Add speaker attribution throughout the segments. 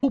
Speaker 1: O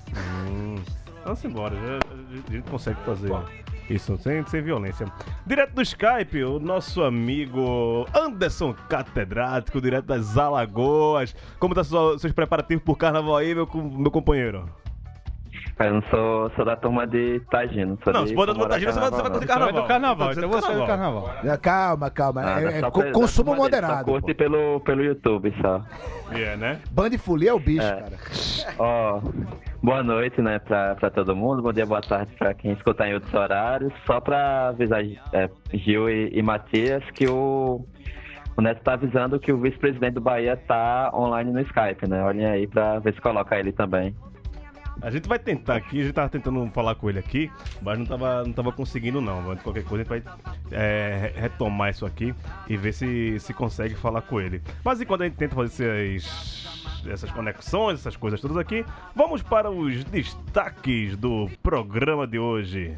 Speaker 2: Hum. Vamos embora, já- a gente consegue fazer isso sem, sem violência. Direto do Skype, o nosso amigo Anderson Catedrático, direto das Alagoas. Como tá sua- seus preparativos pro carnaval aí, meu, com- meu companheiro?
Speaker 3: Eu não sou, sou da turma de Tagino. Sou
Speaker 2: Não,
Speaker 3: de
Speaker 2: se for da turma de Tagino, você vai- você vai
Speaker 3: comemorar
Speaker 2: ter
Speaker 3: carnaval,
Speaker 4: Então é do carnaval,
Speaker 2: Você
Speaker 4: então
Speaker 2: tá
Speaker 4: você é do
Speaker 2: carnaval.
Speaker 4: carnaval.
Speaker 5: Já, Calma, calma.
Speaker 3: não. Nada,
Speaker 5: é, é
Speaker 3: só
Speaker 5: co-
Speaker 3: pela-
Speaker 5: consumo
Speaker 3: da turma dele,
Speaker 5: moderado.
Speaker 3: Só curte
Speaker 5: pô.
Speaker 3: pelo, pelo YouTube só.
Speaker 2: É, né?
Speaker 5: Band de folia é o bicho,
Speaker 3: É.
Speaker 5: cara.
Speaker 3: Ó, boa noite, né, pra, pra todo mundo. Bom dia, boa tarde pra quem escutar em outros horários. Só pra avisar é, Gil e, e Matias que o, o Neto tá avisando que o vice-presidente do Bahia tá online no Skype, né? Olhem aí pra ver se coloca ele também.
Speaker 2: A gente vai tentar aqui, a gente tava tentando falar com ele aqui, mas não tava, não tava conseguindo não. Mas qualquer coisa a gente vai é, re- retomar isso aqui e ver se, se consegue falar com ele. Mas enquanto a gente tenta fazer essas, essas conexões, essas coisas todas aqui, vamos para os destaques do programa de hoje.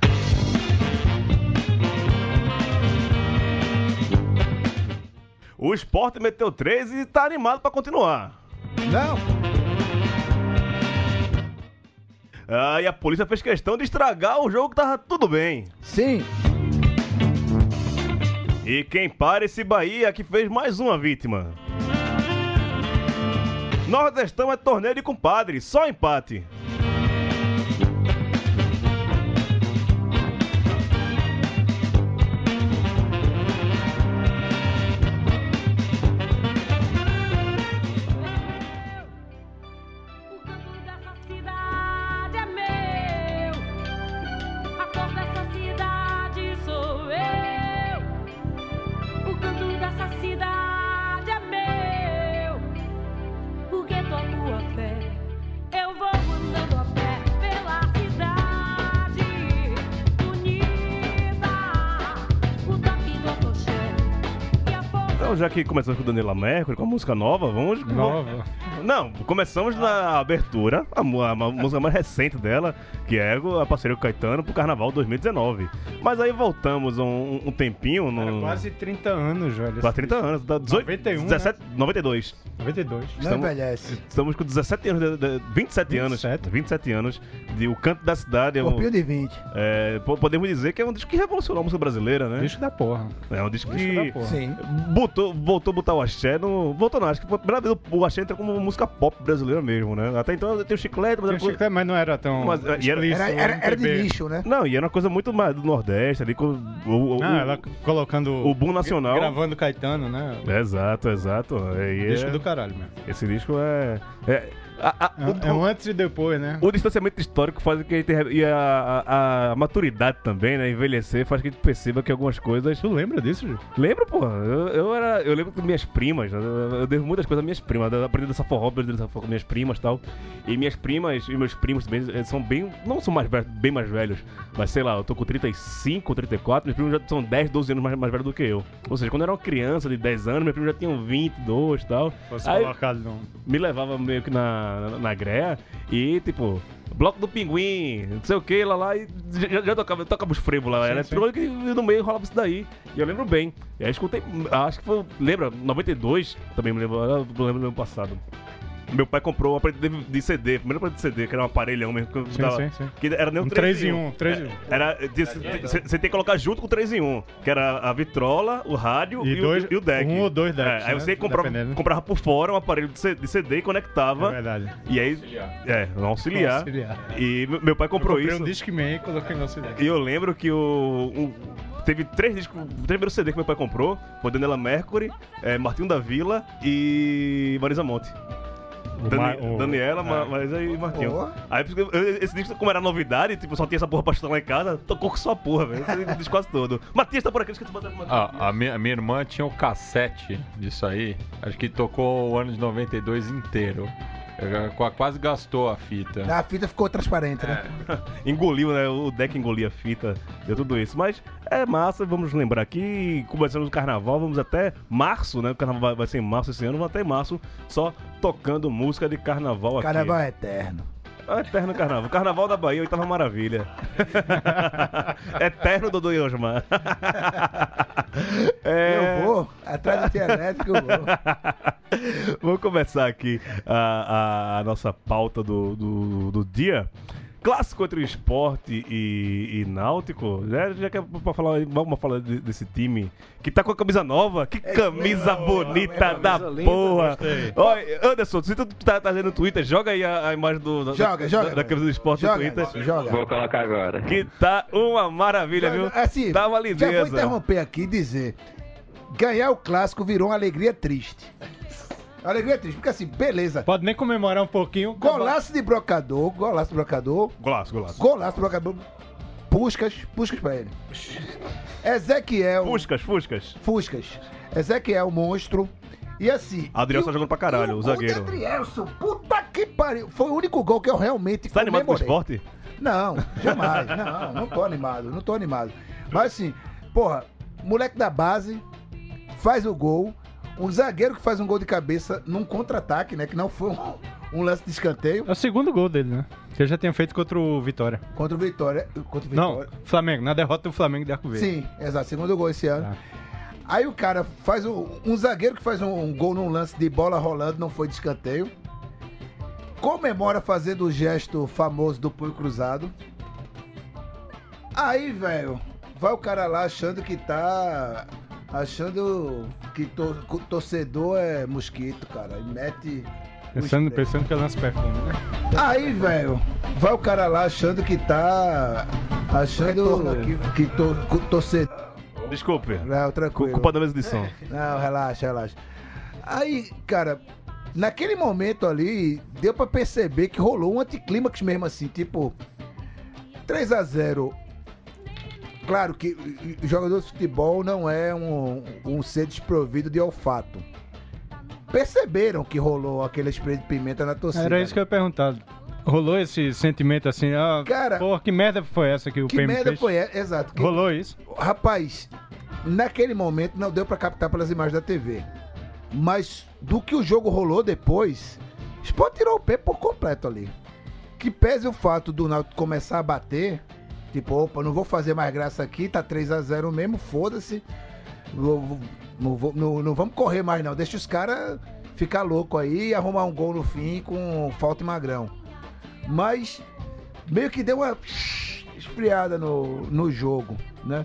Speaker 2: O esporte meteu 13 e tá animado para continuar.
Speaker 5: Não!
Speaker 2: Ah, e a polícia fez questão de estragar o jogo que tava tudo bem.
Speaker 5: Sim!
Speaker 2: E quem para esse Bahia é que fez mais uma vítima. Nordestão é torneio de compadre, só empate.
Speaker 6: O canto dessa cidade é meu. A cor dessa cidade sou eu. O canto dessa cidade é meu. Porque toco a pé. Eu vou andando a pé pela cidade bonita. O toque do cochê e a força.
Speaker 2: Então, já que começamos com o Danilo Mercury, com a música nova, vamos.
Speaker 4: Nova.
Speaker 2: Não, começamos na abertura, a, mu- a ma- música mais recente dela, que é a parceria com o Caetano pro Carnaval 2019. Mas aí voltamos um, um tempinho. No...
Speaker 4: Era quase 30 anos, velho.
Speaker 2: Quase 30 anos, tá 18,
Speaker 4: 91,
Speaker 2: 17, 92.
Speaker 4: 92.
Speaker 5: Não
Speaker 2: Estamos-
Speaker 5: envelhece.
Speaker 2: Estamos com 17 anos, de- de- 27 anos,
Speaker 4: 27.
Speaker 2: 27 anos de O Canto da Cidade. é um-
Speaker 5: Corpinho de 20.
Speaker 2: é, po- podemos dizer que é um disco que revolucionou a música brasileira, né?
Speaker 4: Bicho da porra.
Speaker 2: É um disco
Speaker 4: Bicho
Speaker 2: que
Speaker 4: da porra.
Speaker 5: Sim.
Speaker 2: botou, voltou a botar o axé no... Voltou não, acho que foi a primeira vez o axé entra como música pop brasileira mesmo, né? Até então tem o chiclete, mas...
Speaker 4: Eu
Speaker 2: era
Speaker 4: achei
Speaker 2: coisa-
Speaker 4: que tá- mas não era tão.
Speaker 2: Mas, é, e era-
Speaker 4: explícito,
Speaker 5: Era, era, era de
Speaker 4: MPB.
Speaker 5: lixo, né?
Speaker 2: Não, e era uma coisa muito mais do Nordeste ali, com o, o,
Speaker 4: Ah,
Speaker 2: o-
Speaker 4: ela colocando.
Speaker 2: o boom nacional.
Speaker 4: Gravando Caetano, né?
Speaker 2: Exato, exato. É, e é-
Speaker 4: Disco do caralho, mesmo.
Speaker 2: Esse disco é... é- a- a-
Speaker 4: É, é um antes e depois, né?
Speaker 2: O distanciamento histórico faz com que a gente. re- E a, a- a maturidade também, né? Envelhecer faz com que a gente perceba que algumas coisas.
Speaker 4: Tu lembra disso, Ju?
Speaker 2: Lembro, porra. Eu, eu era. Eu lembro que minhas primas. né, Eu devo muitas coisas às minhas primas. Eu Aprendi dessa forró, aprendi dessa forró com minhas primas e tal. E minhas primas e meus primos também eh, são bem. Não são mais velhos, bem mais velhos. Mas sei lá, eu tô com 35, 34. Meus primos já são 10, 12 anos mais, mais velhos do que eu. Ou seja, quando eu era uma criança de 10 anos, meus primos já tinham 22 e tal.
Speaker 4: Fosse
Speaker 2: Aí-
Speaker 4: colocado num.
Speaker 2: me levava meio que na, na, na greia e, tipo, bloco do pinguim, não sei o que, lá lá, e já, já- já tocava, tocava os frevos lá,
Speaker 4: Sim,
Speaker 2: era
Speaker 4: sim.
Speaker 2: eletrônico e no meio rolava isso daí. E eu lembro bem. E aí escutei, acho que foi, lembra, 92, também me lembro, eu lembro do ano passado. Meu pai comprou um aparelho de CD, primeiro aparelho de CD, que era um aparelhão mesmo, que, eu
Speaker 4: Sim,
Speaker 2: tava-
Speaker 4: sim, sim.
Speaker 2: que era nem um
Speaker 4: Um
Speaker 2: 3 em 1.
Speaker 4: 1. 3 em 1.
Speaker 2: Era, você tem que colocar junto com o 3 em 1, que era a vitrola, o rádio e,
Speaker 4: E dois-
Speaker 2: o, e o deck.
Speaker 4: um ou dois
Speaker 2: É,
Speaker 4: decks,
Speaker 2: aí
Speaker 4: né?
Speaker 2: você comprava,
Speaker 4: Dependendo.
Speaker 2: comprava por fora um aparelho de C- de CD e
Speaker 4: É
Speaker 2: conectava.
Speaker 4: verdade.
Speaker 2: e aí. É, um auxiliar.
Speaker 4: Auxiliar.
Speaker 2: E me- meu pai comprou
Speaker 4: eu comprei
Speaker 2: isso.
Speaker 4: um Discman e coloquei no auxiliar.
Speaker 2: E eu lembro que o. um- teve três discos. O primeiro CD que meu pai comprou foi Daniela Mercury, é, Martinho da Vila e Marisa Monte.
Speaker 4: O
Speaker 2: Dani-
Speaker 4: Ma- o-
Speaker 2: Daniela, Ma-
Speaker 4: é.
Speaker 2: Marisa e Martinho.
Speaker 5: Boa.
Speaker 2: Aí por isso que eu- esse disco, como era novidade, tipo, só tinha essa porra pra escutar lá em casa, tocou com sua porra, velho. Esse disco quase todo. Matias tá por aqui, esqueci de botar
Speaker 7: Ah, a minha, a minha irmã tinha o cassete disso aí. Acho que tocou o ano de 92 inteiro. Eu- eu- quase gastou a fita.
Speaker 5: A fita ficou transparente,
Speaker 2: É,
Speaker 5: né?
Speaker 2: engoliu, né? O deck engolia a fita, deu tudo isso. Mas é massa, vamos lembrar aqui, começamos o carnaval, vamos até março, né? O carnaval vai- vai ser em março esse ano, vamos até março só tocando música de carnaval aqui.
Speaker 5: Carnaval é eterno.
Speaker 2: Ah, Eterno carnaval. Carnaval da Bahia, oitava maravilha. Eterno Dodô e Osmar. É...
Speaker 5: Eu vou, atrás do elétrico eu vou.
Speaker 2: Vamos começar aqui a, a- a nossa pauta do, do, do dia. Clássico entre o esporte e, e náutico, né? Já que é pra falar, aí, vamos falar de- desse time que tá com a camisa nova. Que camisa bonita
Speaker 8: é,
Speaker 2: da
Speaker 8: camisa linda,
Speaker 2: porra! Olha, Anderson, se tu tá, tá lendo no Twitter, joga aí a, a imagem do, da,
Speaker 5: Joga,
Speaker 2: da-
Speaker 5: joga.
Speaker 2: da camisa do esporte
Speaker 5: Joga,
Speaker 2: no Twitter.
Speaker 5: Anderson, joga.
Speaker 3: Vou colocar agora.
Speaker 2: Que tá uma maravilha, viu?
Speaker 5: Assim,
Speaker 2: tá uma
Speaker 5: já vou
Speaker 2: lindeza.
Speaker 5: interromper aqui e dizer: ganhar o clássico virou uma alegria triste. Alegria é triste, porque assim, beleza.
Speaker 4: Pode nem comemorar um pouquinho.
Speaker 5: Golaço de brocador, golaço de brocador.
Speaker 2: Golaço, golaço.
Speaker 5: Golaço de brocador. Puscas, puscas pra ele. Ezequiel.
Speaker 2: Fuscas, Fuscas.
Speaker 5: Fuscas. Ezequiel, monstro. E assim.
Speaker 2: Adriel tá jogando pra caralho, o
Speaker 5: gol
Speaker 2: zagueiro.
Speaker 5: de Adrielson, puta que pariu. Foi o único gol que eu realmente
Speaker 2: Tá animado com o
Speaker 5: comemorei.
Speaker 2: esporte?
Speaker 5: Não, jamais. não, não tô animado, não tô animado. Mas assim, porra, moleque da base faz o gol. Um zagueiro que faz um gol de cabeça num contra-ataque, né? Que não foi um, um lance de escanteio
Speaker 4: É o segundo gol dele, né? Que ele já tinha feito contra o Vitória.
Speaker 5: contra o Vitória. Contra o
Speaker 4: Não,
Speaker 5: Vitória.
Speaker 4: Flamengo. Na derrota do Flamengo de Arco Verde.
Speaker 5: Sim, exato. Segundo gol esse ano. Aí o cara faz um, um zagueiro que faz um, um gol num lance de bola rolando, não foi de escanteio. Comemora fazendo o gesto famoso do punho cruzado. Aí, velho, vai o cara lá achando que tá. Achando que to- que o torcedor é mosquito, cara. E mete. o
Speaker 4: Pensando, pensando que é lance perfume, né?
Speaker 5: Aí, velho, vai o cara lá achando que tá. Achando que to- que o torcedor.
Speaker 2: Desculpe.
Speaker 5: Não,
Speaker 2: Cu-
Speaker 5: tranquilo.
Speaker 2: Culpa da mesa de som.
Speaker 5: Não, relaxa, relaxa. Aí, cara, naquele momento ali, deu pra perceber que rolou um anticlímax mesmo assim, tipo 3 a 0 Claro que e, e, jogador de futebol não é um, um ser desprovido de olfato. Perceberam que rolou aquele spray de pimenta na torcida.
Speaker 4: Era isso que eu ia perguntar. Rolou esse sentimento assim, ah,
Speaker 5: Cara,
Speaker 4: porra, que merda foi essa que o
Speaker 5: Que
Speaker 4: PM
Speaker 5: merda
Speaker 4: fez?
Speaker 5: foi essa? Exato. Que-
Speaker 4: Rolou isso?
Speaker 5: Rapaz, naquele momento não deu pra captar pelas imagens da TV. Mas do que o jogo rolou depois, o Sport tirou o pé por completo ali. Que pese o fato do Náutico começar a bater, tipo, opa, não vou fazer mais graça aqui, tá 3 a 0 mesmo, foda-se. Vou- vou- Não, vou- não- não vamos correr mais não, deixa os caras ficar louco aí e arrumar um gol no fim com falta e magrão. Mas meio que deu uma esfriada no, no jogo, né?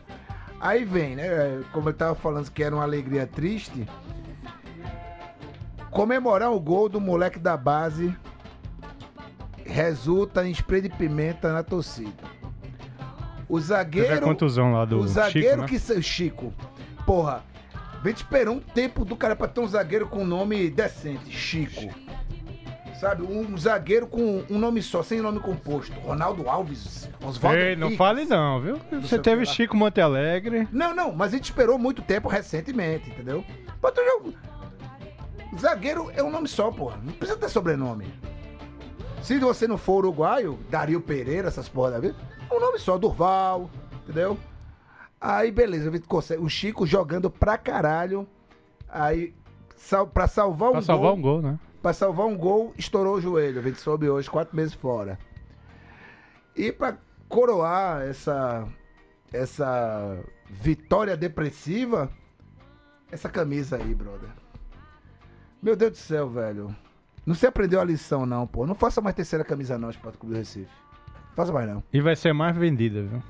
Speaker 5: Aí vem, né? Como eu tava falando que era uma alegria triste, comemorar o gol do moleque da base resulta em spray de pimenta na torcida. O zagueiro.
Speaker 4: Teve a contusão lá do
Speaker 5: O zagueiro
Speaker 4: Chico, né?
Speaker 5: que saiu, Chico. Porra, vem te esperar um tempo do cara pra ter um zagueiro com um nome decente, Chico. Sabe, um zagueiro com um nome só, sem nome composto. Ronaldo Alves, Oswaldo.
Speaker 4: Ei, não
Speaker 5: Henrique.
Speaker 4: fale não, viu?
Speaker 5: sei
Speaker 4: Você
Speaker 5: o
Speaker 4: teve
Speaker 5: que lá.
Speaker 4: Chico Monte Alegre.
Speaker 5: Não, não, mas a gente esperou muito tempo recentemente, entendeu? Mas tu já- Zagueiro é um nome só, porra. Não precisa ter sobrenome. Se você não for uruguaio, Dario Pereira, essas porra da vida, é um nome só, Durval, entendeu? Aí, beleza, a gente consegue- o Chico jogando pra caralho. Aí, sal, pra salvar um
Speaker 4: Pra salvar
Speaker 5: gol.
Speaker 4: um gol, né?
Speaker 5: Pra salvar um gol, estourou o joelho. A gente soube hoje, quatro meses fora. E pra coroar essa, essa vitória depressiva, essa camisa aí, brother. Meu Deus do céu, velho. Não se aprendeu a lição, não, pô. Não faça mais terceira camisa, não, Esporte Clube do Recife. Faça mais, não.
Speaker 4: E vai ser mais vendida, viu?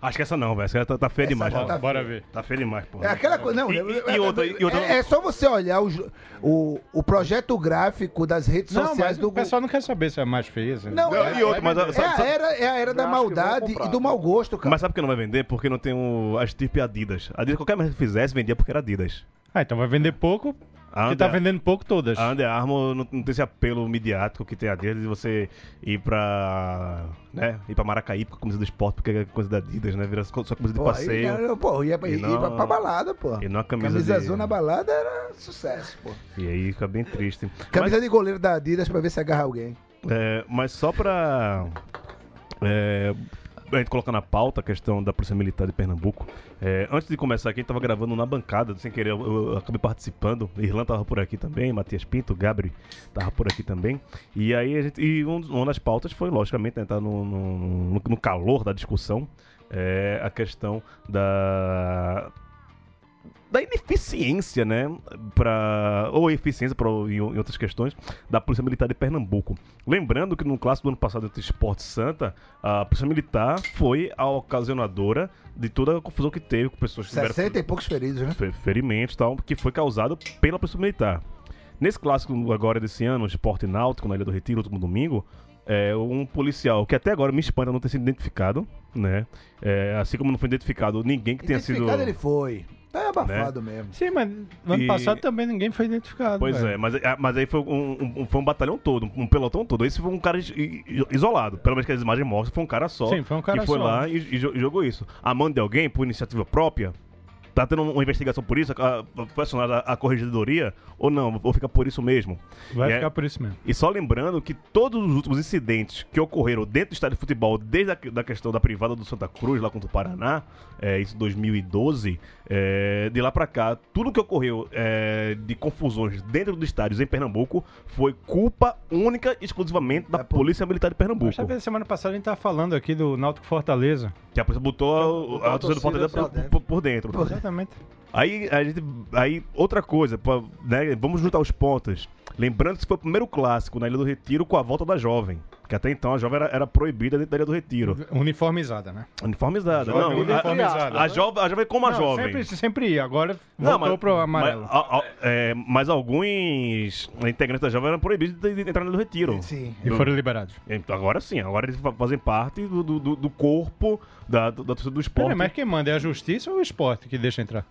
Speaker 2: Acho que essa não, velho. Essa tá, tá feia
Speaker 5: Essa
Speaker 2: demais.
Speaker 5: já
Speaker 2: mano.
Speaker 5: tá
Speaker 4: Bora ver.
Speaker 2: Tá feia demais, porra.
Speaker 5: É aquela coisa. Não,
Speaker 2: E- e-
Speaker 5: é-
Speaker 2: e outra, e outra-
Speaker 5: É, é só você olhar o, jo- o, o projeto gráfico das redes
Speaker 4: Não,
Speaker 5: sociais
Speaker 4: mas
Speaker 5: do
Speaker 4: o pessoal não quer saber se é mais feia. se
Speaker 5: Não,
Speaker 2: Não,
Speaker 5: é,
Speaker 2: e outra, mas a-
Speaker 5: é
Speaker 2: sabe-
Speaker 5: a
Speaker 2: sabe-
Speaker 5: era, é a era
Speaker 8: Eu
Speaker 5: da
Speaker 8: acho que
Speaker 5: maldade
Speaker 8: vão comprar.
Speaker 5: e do mau gosto, cara.
Speaker 2: Mas sabe por que não vai vender? Porque não tem o, a estirpe Adidas. Adidas, qualquer merda que fizesse, vendia porque era Adidas.
Speaker 4: Ah, então vai vender pouco,
Speaker 2: A
Speaker 4: porque
Speaker 2: Under,
Speaker 4: tá vendendo pouco todas.
Speaker 2: a Under Armour não, não tem esse apelo midiático que tem a Adidas de você ir pra. né? Ir pra Maracaípe com a camisa do esporte, porque é coisa da Adidas, né? Vira só só camisa de
Speaker 5: Pô,
Speaker 2: passeio.
Speaker 5: Aí, não, pô, ia, pra-
Speaker 2: E
Speaker 5: ia
Speaker 2: não-
Speaker 5: pra, pra balada, pô.
Speaker 2: E não a camisa,
Speaker 5: Camisa,
Speaker 2: de-
Speaker 5: azul na balada era sucesso, pô.
Speaker 2: E aí fica bem triste. Mas-
Speaker 5: Camisa de goleiro da Adidas pra ver se agarra alguém.
Speaker 2: É, mas só pra. é, a gente colocar na pauta a questão da Polícia Militar de Pernambuco. É, antes de começar aqui, a gente tava gravando na bancada, sem querer, eu, eu acabei participando. Irlan tava por aqui também, Matias Pinto, Gabriel tava por aqui também. E aí a gente. E um- uma das pautas foi, logicamente, né, tá no, no- no calor da discussão. é, a questão da da ineficiência, né, para ou eficiência pra, em, em outras questões da Polícia Militar de Pernambuco. Lembrando que no clássico do ano passado entre Esporte Santa, a Polícia Militar foi a ocasionadora de toda a confusão que teve com pessoas que tiveram
Speaker 5: 60 e poucos feridos, né?
Speaker 2: fe- ferimentos e tal, que foi causado pela Polícia Militar. Nesse clássico agora desse ano, Sport e Náutico, na Ilha do Retiro, último domingo, é, um policial que até agora me espanta não ter sido identificado, né? É, assim como não foi identificado ninguém que tenha sido. né?
Speaker 5: Identificado ele foi. Tá abafado mesmo.
Speaker 4: Sim, mas no ano
Speaker 2: E-
Speaker 4: passado também ninguém foi identificado.
Speaker 5: né?
Speaker 2: Pois
Speaker 4: velho.
Speaker 2: é, mas, ah, mas aí foi um, um- foi um batalhão todo, um pelotão todo. Esse foi um cara is- i- isolado. Pelo menos que as imagens mostram, foi um cara só.
Speaker 4: Sim, foi um cara
Speaker 2: que foi
Speaker 4: só.
Speaker 2: lá e, e jo- e jogou isso. A mão de alguém, por iniciativa própria, tá tendo uma investigação por isso, a- a- foi acionada a corregedoria, ou não, ou fica por isso mesmo.
Speaker 4: Vai
Speaker 2: E é-
Speaker 4: ficar por isso mesmo.
Speaker 2: E só lembrando que todos os últimos incidentes que ocorreram dentro do estádio de futebol, desde a da questão da privada do Santa Cruz, lá contra o Paraná, é, isso em 2012, é, de lá pra cá, tudo que ocorreu é, de confusões dentro dos estádios em Pernambuco foi culpa única e exclusivamente da Polícia Militar de Pernambuco.
Speaker 4: Sabe, essa semana passada a gente tava falando aqui do Náutico Fortaleza.
Speaker 2: Que a polícia botou a, a torcida do Fortaleza
Speaker 8: pra
Speaker 2: por, por-
Speaker 4: né?
Speaker 2: por dentro.
Speaker 4: Exatamente.
Speaker 2: Aí, a gente, aí outra coisa, pra- né, vamos juntar os pontos. Lembrando que esse foi o primeiro clássico na Ilha do Retiro com a volta da jovem. Que até então a jovem era, era proibida dentro da Ilha do Retiro.
Speaker 4: Uniformizada, né?
Speaker 2: Uniformizada.
Speaker 4: Jovem
Speaker 2: não,
Speaker 4: uniformizada,
Speaker 2: A, a,
Speaker 4: né?
Speaker 2: jovem, a jovem como a
Speaker 4: Não,
Speaker 2: jovem.
Speaker 4: Sempre, sempre ia. Agora voltou pro amarelo.
Speaker 2: Mas, a- a- é, mas alguns integrantes da jovem eram proibidos de, de entrar no Retiro.
Speaker 5: Sim.
Speaker 4: E foram liberados.
Speaker 2: Então, Agora sim, agora eles fa- fazem parte do, do- do- do corpo da, da torcida do esporte.
Speaker 4: Peraí, mas quem manda é a justiça ou o esporte que deixa entrar?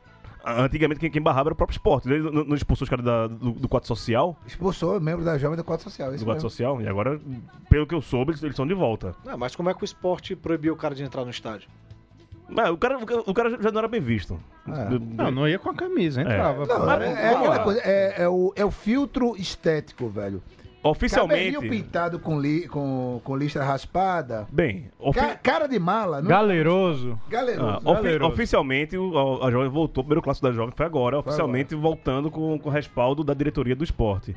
Speaker 2: Antigamente quem, quem barrava era o próprio esporte. Ele não, não expulsou os caras da- do, do quadro social?
Speaker 5: Expulsou membro da jovem do quadro social.
Speaker 2: do
Speaker 5: Isso
Speaker 2: quadro
Speaker 5: mesmo.
Speaker 2: social? E agora, pelo que eu soube, eles, eles estão de volta.
Speaker 8: Não, mas como é que o esporte proibiu o cara de entrar no estádio?
Speaker 2: Mas o cara, o cara já não era bem visto.
Speaker 5: É.
Speaker 2: Do-
Speaker 4: Não, não ia com a camisa, entrava. pô.
Speaker 5: Não, é, é aquela coisa, é, é o, é o filtro estético, velho.
Speaker 2: Oficialmente.
Speaker 5: Cabelinho pintado com, li- com, com listra raspada.
Speaker 2: Bem, ofi-
Speaker 5: Ca- cara de mala. Não...
Speaker 4: Galeroso.
Speaker 2: ah,
Speaker 5: Galeroso.
Speaker 2: ofi-
Speaker 4: Valeroso.
Speaker 2: oficialmente o- a, a jovem voltou, o primeiro clássico da jovem foi agora, oficialmente voltando com, com o respaldo da diretoria do esporte.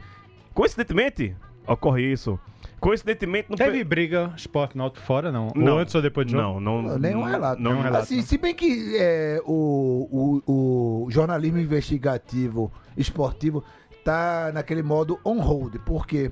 Speaker 2: Coincidentemente, ocorre isso. Coincidentemente, não
Speaker 4: Teve briga esporte na auto fora, não.
Speaker 2: Não.
Speaker 4: Ou antes ou depois de jogo?
Speaker 2: Não, não.
Speaker 5: Não, Nenhum relato.
Speaker 4: é um
Speaker 2: Não, relato.
Speaker 5: Assim, se bem que é, o, o, o jornalismo investigativo esportivo tá naquele modo on hold, porque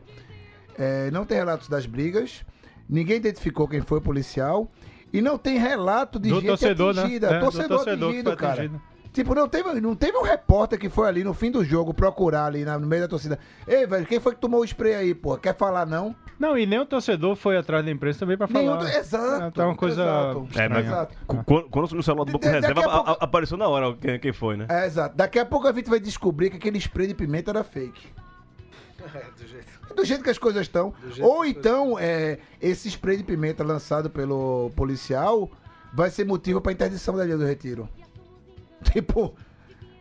Speaker 5: é, não tem relatos das brigas, ninguém identificou quem foi o policial e não tem relato de
Speaker 4: Do
Speaker 5: gente
Speaker 4: torcedor, né?
Speaker 5: atingida,
Speaker 4: É, do
Speaker 5: torcedor,
Speaker 4: torcedor que
Speaker 5: atingido,
Speaker 4: foi
Speaker 5: cara.
Speaker 4: atingido.
Speaker 5: Tipo, não teve, não teve um repórter que foi ali no fim do jogo procurar ali na- no meio da torcida. Ei, velho, quem foi que tomou o spray aí, pô? Quer falar não?
Speaker 4: Não, e nem o torcedor foi atrás da imprensa também pra falar.
Speaker 5: Nenhum do- Exato.
Speaker 4: É, tá uma coisa
Speaker 5: Exato.
Speaker 2: É, mas
Speaker 5: Exato.
Speaker 2: cu- quando, quando sumiu o celular do banco
Speaker 5: Da-
Speaker 2: reserva,
Speaker 5: daqui a
Speaker 2: a-
Speaker 5: pouco-
Speaker 2: a- apareceu na hora quem, quem foi, né?
Speaker 5: É, exato. Daqui a pouco a gente vai descobrir que aquele spray de pimenta era fake. É, Do jeito que as coisas estão. Ou então, é, esse spray de pimenta lançado pelo policial vai ser motivo pra interdição da Ilha do Retiro. Tipo,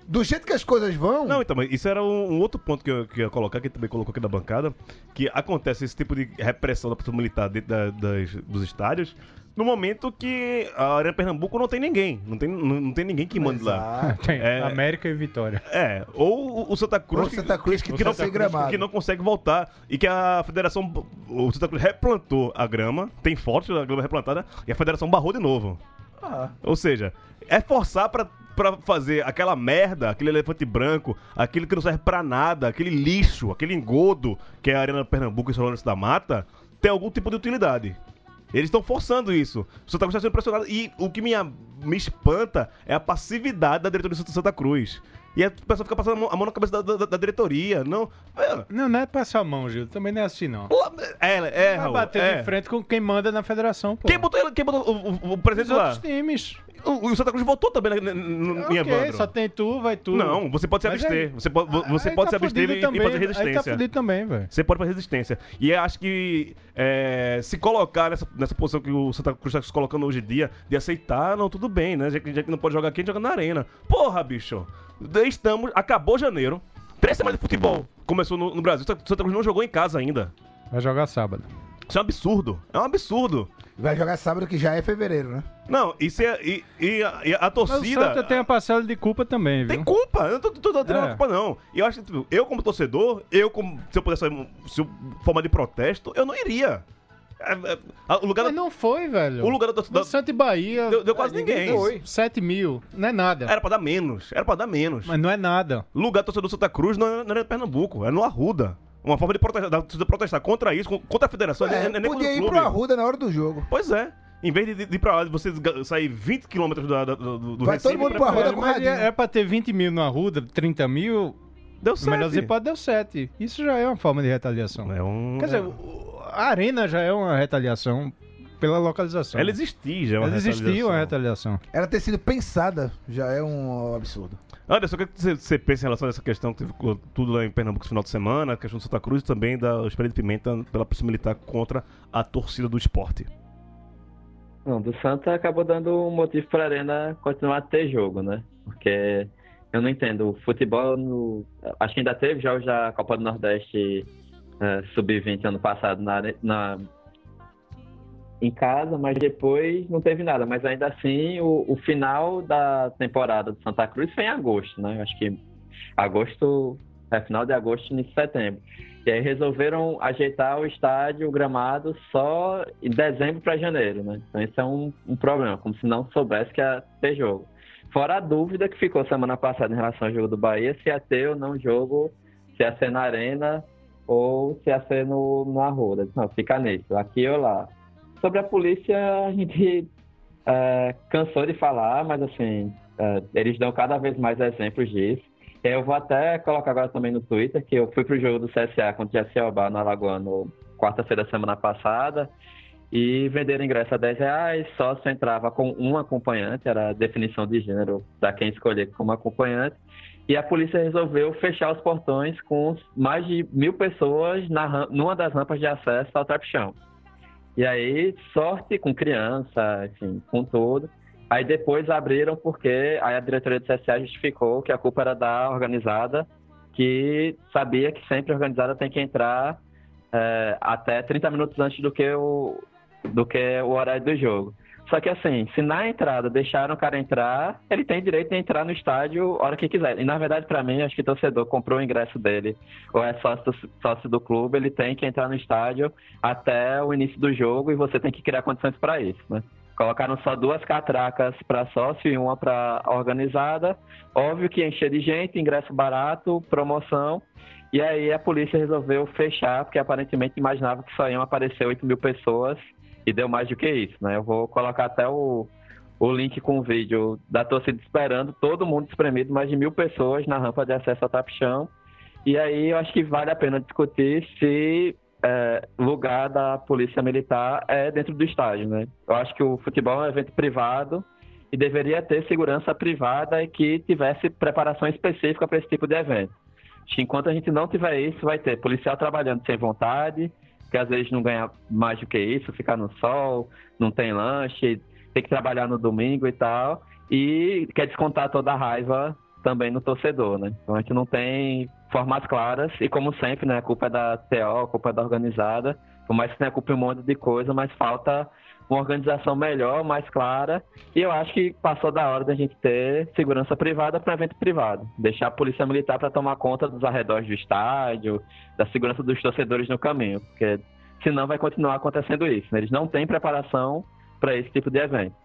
Speaker 5: do jeito que as coisas vão.
Speaker 2: Não, então, mas isso era um, um outro ponto que eu, que eu ia colocar, que ele também colocou aqui da bancada, que acontece esse tipo de repressão da polícia militar dentro da- das- dos estádios, no momento que a Arena Pernambuco não tem ninguém, não tem, não, não tem ninguém que manda lá.
Speaker 5: Exato.
Speaker 4: Tem,
Speaker 2: É.
Speaker 4: América e Vitória.
Speaker 2: É, ou o- o Santa Cruz,
Speaker 5: Ou o Santa Cruz que tem
Speaker 2: não,
Speaker 5: sem gramado.
Speaker 2: que não consegue voltar e que a federação, o Santa Cruz replantou a grama, tem fotos da grama replantada e a federação barrou de novo.
Speaker 5: Ah,
Speaker 2: Ou seja, é forçar pra, pra fazer aquela merda, aquele elefante branco, aquele que não serve pra nada, aquele lixo, aquele engodo que é a Arena Pernambuco e São Lourenço da Mata, ter algum tipo de utilidade. Eles estão forçando isso. O Santa Cruz está sendo pressionado. E o que me, a- me espanta é a passividade da diretoria do Santa- Santa Cruz. E a pessoa fica passando a mão, a mão na cabeça da, da- da diretoria. Não. É,
Speaker 4: Não, não é passar a mão, Gil. Também não é assim, não.
Speaker 2: é, é,
Speaker 4: Vai
Speaker 2: Raul,
Speaker 4: bater
Speaker 2: é.
Speaker 4: de frente com quem manda na federação, pô.
Speaker 2: Quem botou, ele- quem botou o, o- o presidente
Speaker 4: Os
Speaker 2: lá?
Speaker 4: outros times.
Speaker 2: O, o Santa Cruz votou também né, no, no,
Speaker 4: Ok,
Speaker 2: em Evandro.
Speaker 4: só tem tu, vai tu.
Speaker 2: Não, você pode se
Speaker 4: Mas é
Speaker 2: abster.
Speaker 4: aí-
Speaker 2: você pode, vo- você
Speaker 4: Aí
Speaker 2: pode
Speaker 4: tá
Speaker 2: se abster
Speaker 4: fudido
Speaker 2: e, e
Speaker 4: também,
Speaker 2: fazer
Speaker 4: Aí tá
Speaker 2: resistência.
Speaker 4: fudido também, velho.
Speaker 2: você pode fazer resistência. E eu acho que é, se colocar nessa, nessa posição que o Santa Cruz está se colocando hoje em dia, de aceitar, não, tudo bem, né? Já que, já que não pode jogar aqui, a gente joga na arena. Porra, bicho. Estamos. Acabou janeiro. Três semanas de futebol. Começou no, no Brasil. O Santa o Santa Cruz não jogou em casa ainda.
Speaker 4: Vai jogar sábado.
Speaker 2: Isso é um absurdo. É um absurdo.
Speaker 5: vai jogar sábado que já é fevereiro, né?
Speaker 2: Não, isso é. E, e a, e a
Speaker 4: Mas o
Speaker 2: torcida.
Speaker 4: Santa tem a parcela de culpa também,
Speaker 2: Tem
Speaker 4: viu?
Speaker 2: culpa, eu não tô, tô, tô
Speaker 4: É.
Speaker 2: tirando a culpa, não. E eu acho que, tipo, eu como torcedor, eu como, se eu pudesse, um, se eu, forma de protesto, eu não iria. É, é, a- o lugar da,
Speaker 4: Mas não foi, velho.
Speaker 2: o lugar
Speaker 4: No
Speaker 2: da, torcida
Speaker 4: Santa e Bahia.
Speaker 2: deu, deu
Speaker 5: Ah,
Speaker 2: quase ninguém.
Speaker 4: Foi. 7 mil. Não é nada.
Speaker 2: Era pra dar menos, era pra dar menos.
Speaker 4: Mas não é nada.
Speaker 2: Lugar do torcedor do Santa Cruz não é, não é Pernambuco, é no Arruda. Uma forma de protestar, da torcida protestar contra isso, con- contra a federação,
Speaker 5: É,
Speaker 2: é, nem contra
Speaker 5: podia
Speaker 2: o
Speaker 5: ir
Speaker 2: clube.
Speaker 5: pro Arruda na hora do jogo.
Speaker 2: Pois é. Em vez de, de, de ir pra lá, de você ga- sair 20 km da, da- do, do
Speaker 5: Vai
Speaker 2: Recife
Speaker 5: todo mundo
Speaker 2: pra-
Speaker 5: pro Arruda
Speaker 4: Velho,
Speaker 5: com
Speaker 4: mas
Speaker 5: radinho.
Speaker 4: era pra ter 20 mil no Arruda, 30 mil.
Speaker 2: Deu
Speaker 4: certo. É Melhor
Speaker 2: sete.
Speaker 4: hipótese deu 7. Isso já é uma forma de retaliação.
Speaker 2: É um...
Speaker 4: Quer dizer, o- a arena já é uma retaliação pela localização.
Speaker 2: Ela existiu já, é uma
Speaker 4: Ela existiu uma retaliação.
Speaker 5: Ela ter sido pensada já é um absurdo.
Speaker 2: Anderson, o que você- você pensa em relação a essa questão que teve co- tudo lá em Pernambuco no final de semana, a questão do Santa Cruz e também da Espelha de Pimenta pela polícia militar contra a torcida do esporte?
Speaker 3: Não, do Santa acabou dando um motivo para a Arena continuar a ter jogo, né? Porque eu não entendo. O futebol, no... acho que ainda teve jogos da Copa do Nordeste eh, Sub-20 ano passado na, are- na... em casa, mas depois não teve nada. Mas ainda assim, o, o final da temporada do Santa Cruz foi em agosto, né? Eu acho que agosto, é final de agosto, início de setembro. E aí resolveram ajeitar o estádio, o gramado, só em dezembro para janeiro, né? Então isso é um, um problema, como se não soubesse que ia ter jogo. Fora a dúvida que ficou semana passada em relação ao jogo do Bahia, se ia ter ou não jogo, se ia ser na Arena ou se ia ser no, no Arruda. Eu disse, Não, fica nisso, aqui ou lá. Sobre a polícia, a gente é, cansou de falar, mas assim, é, eles dão cada vez mais exemplos disso. É, Eu vou até colocar agora também no Twitter que eu fui pro jogo do CSA contra o Alba no Alagoano quarta-feira da semana passada e venderam ingresso a 10 reais, só se entrava com um acompanhante, era a definição de gênero para quem escolher como acompanhante. E a polícia resolveu fechar os portões com mais de mil pessoas na, ram- numa das rampas de acesso ao Trapchão. E aí, sorte com criança, enfim, com tudo. Aí depois abriram porque aí a diretoria do CSA justificou que a culpa era da organizada, que sabia que sempre a organizada tem que entrar é, até 30 minutos antes do que, o, do que o horário do jogo. Só que assim, se na entrada deixaram o cara entrar, ele tem direito de entrar no estádio a hora que quiser. E na verdade, pra mim, acho que torcedor comprou o ingresso dele ou é sócio, sócio do clube, ele tem que entrar no estádio até o início do jogo e você tem que criar condições pra isso, né? Colocaram só duas catracas para sócio e uma para organizada. Óbvio que encher de gente, ingresso barato, promoção. E aí a polícia resolveu fechar, porque aparentemente imaginava que só iam aparecer 8 mil pessoas e deu mais do que isso, né? Eu vou colocar até o, o link com o vídeo da torcida esperando, todo mundo espremido, mais de mil pessoas na rampa de acesso ao Tapchão. E aí eu acho que vale a pena discutir se é, lugar da polícia militar é dentro do estádio, né? Eu acho que o futebol é um evento privado e deveria ter segurança privada e que tivesse preparação específica para esse tipo de evento. Acho que enquanto a gente não tiver isso, vai ter policial trabalhando sem vontade, que às vezes não ganha mais do que isso, ficar no sol, não tem lanche, tem que trabalhar no domingo e tal, e quer descontar toda a raiva também no torcedor, né? Então a gente não tem formas claras e como sempre, né, a culpa é da TO, a culpa é da organizada, por mais que tenha culpa em um monte de coisa, mas falta uma organização melhor, mais clara, e eu acho que passou da hora da gente ter segurança privada para evento privado, deixar a polícia militar para tomar conta dos arredores do estádio, da segurança dos torcedores no caminho, porque senão vai continuar acontecendo isso, né? eles não têm preparação para esse tipo de evento.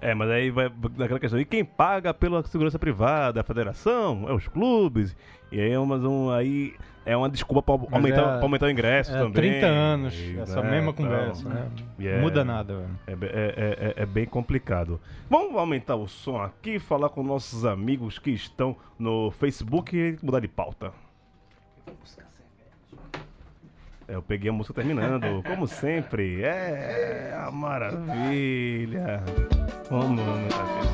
Speaker 2: É, mas aí vai daquela questão. E quem paga pela segurança privada? A federação? É os clubes? E aí é umas um aí é uma desculpa pra
Speaker 4: Mas
Speaker 2: aumentar,
Speaker 4: é-
Speaker 2: pra aumentar o ingresso
Speaker 4: é
Speaker 2: também.
Speaker 4: 30 anos,
Speaker 2: E,
Speaker 4: essa
Speaker 2: né,
Speaker 4: mesma
Speaker 2: tal.
Speaker 4: conversa, né?
Speaker 2: E é-
Speaker 4: Muda nada, velho.
Speaker 2: É, be- é- é- é- é bem complicado. Vamos aumentar o som aqui, falar com nossos amigos que estão no Facebook e mudar de pauta. É, Eu peguei a música terminando, como sempre. É a maravilha. Vamos aumentar aqui.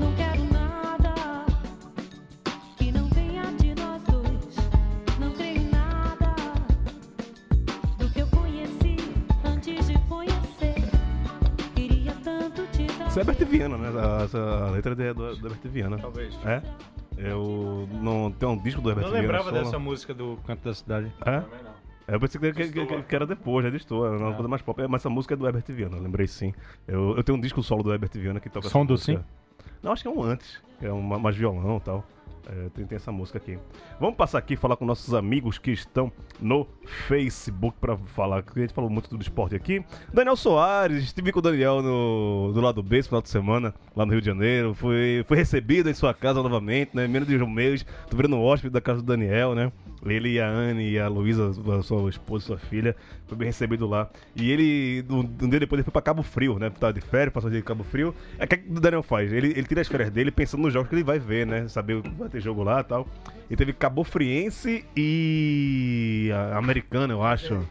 Speaker 6: Não quero nada que não venha de nós dois. Não creio em nada do que eu conheci antes de conhecer. Queria tanto te dar.
Speaker 2: Isso é Bert Viana, né? Essa- Essa letra é do, do Herbert Viana.
Speaker 4: Talvez.
Speaker 2: É? Eu não tem um disco do Herbert
Speaker 4: Não
Speaker 2: Viana.
Speaker 4: lembrava
Speaker 2: solo.
Speaker 4: dessa música do Canto da Cidade.
Speaker 2: É? Eu pensei que, que- que- que era depois, já distou, era uma coisa mais pop. É, Mas essa música é do Herbert Viana, eu lembrei sim. Eu, eu tenho um disco solo do Herbert Viana que toca.
Speaker 4: Som do
Speaker 2: essa música.
Speaker 4: Sim?
Speaker 2: Não, acho que é um antes. que É um ma- mais violão e tal. É, tem, tem essa música aqui. Vamos passar aqui e falar com nossos amigos que estão no Facebook pra falar. que A gente falou muito do esporte aqui. Daniel Soares, estive com o Daniel no, do lado B esse final de semana, lá no Rio de Janeiro. Fui, fui recebido em sua casa novamente, né? Menos de um mês. Tô virando hóspede da casa do Daniel, né? Ele e a Anne e a Luísa, a sua esposa, sua filha, foi bem recebido lá. E ele, um um dia depois, ele foi pra Cabo Frio, né? Tava de férias, passou o dia em Cabo Frio. É o que é que o Daniel faz? Ele, ele tira as férias dele pensando nos jogos que ele vai ver, né? Saber que vai ter jogo lá e tal. E teve Cabo Friense e. a- Americano, eu acho.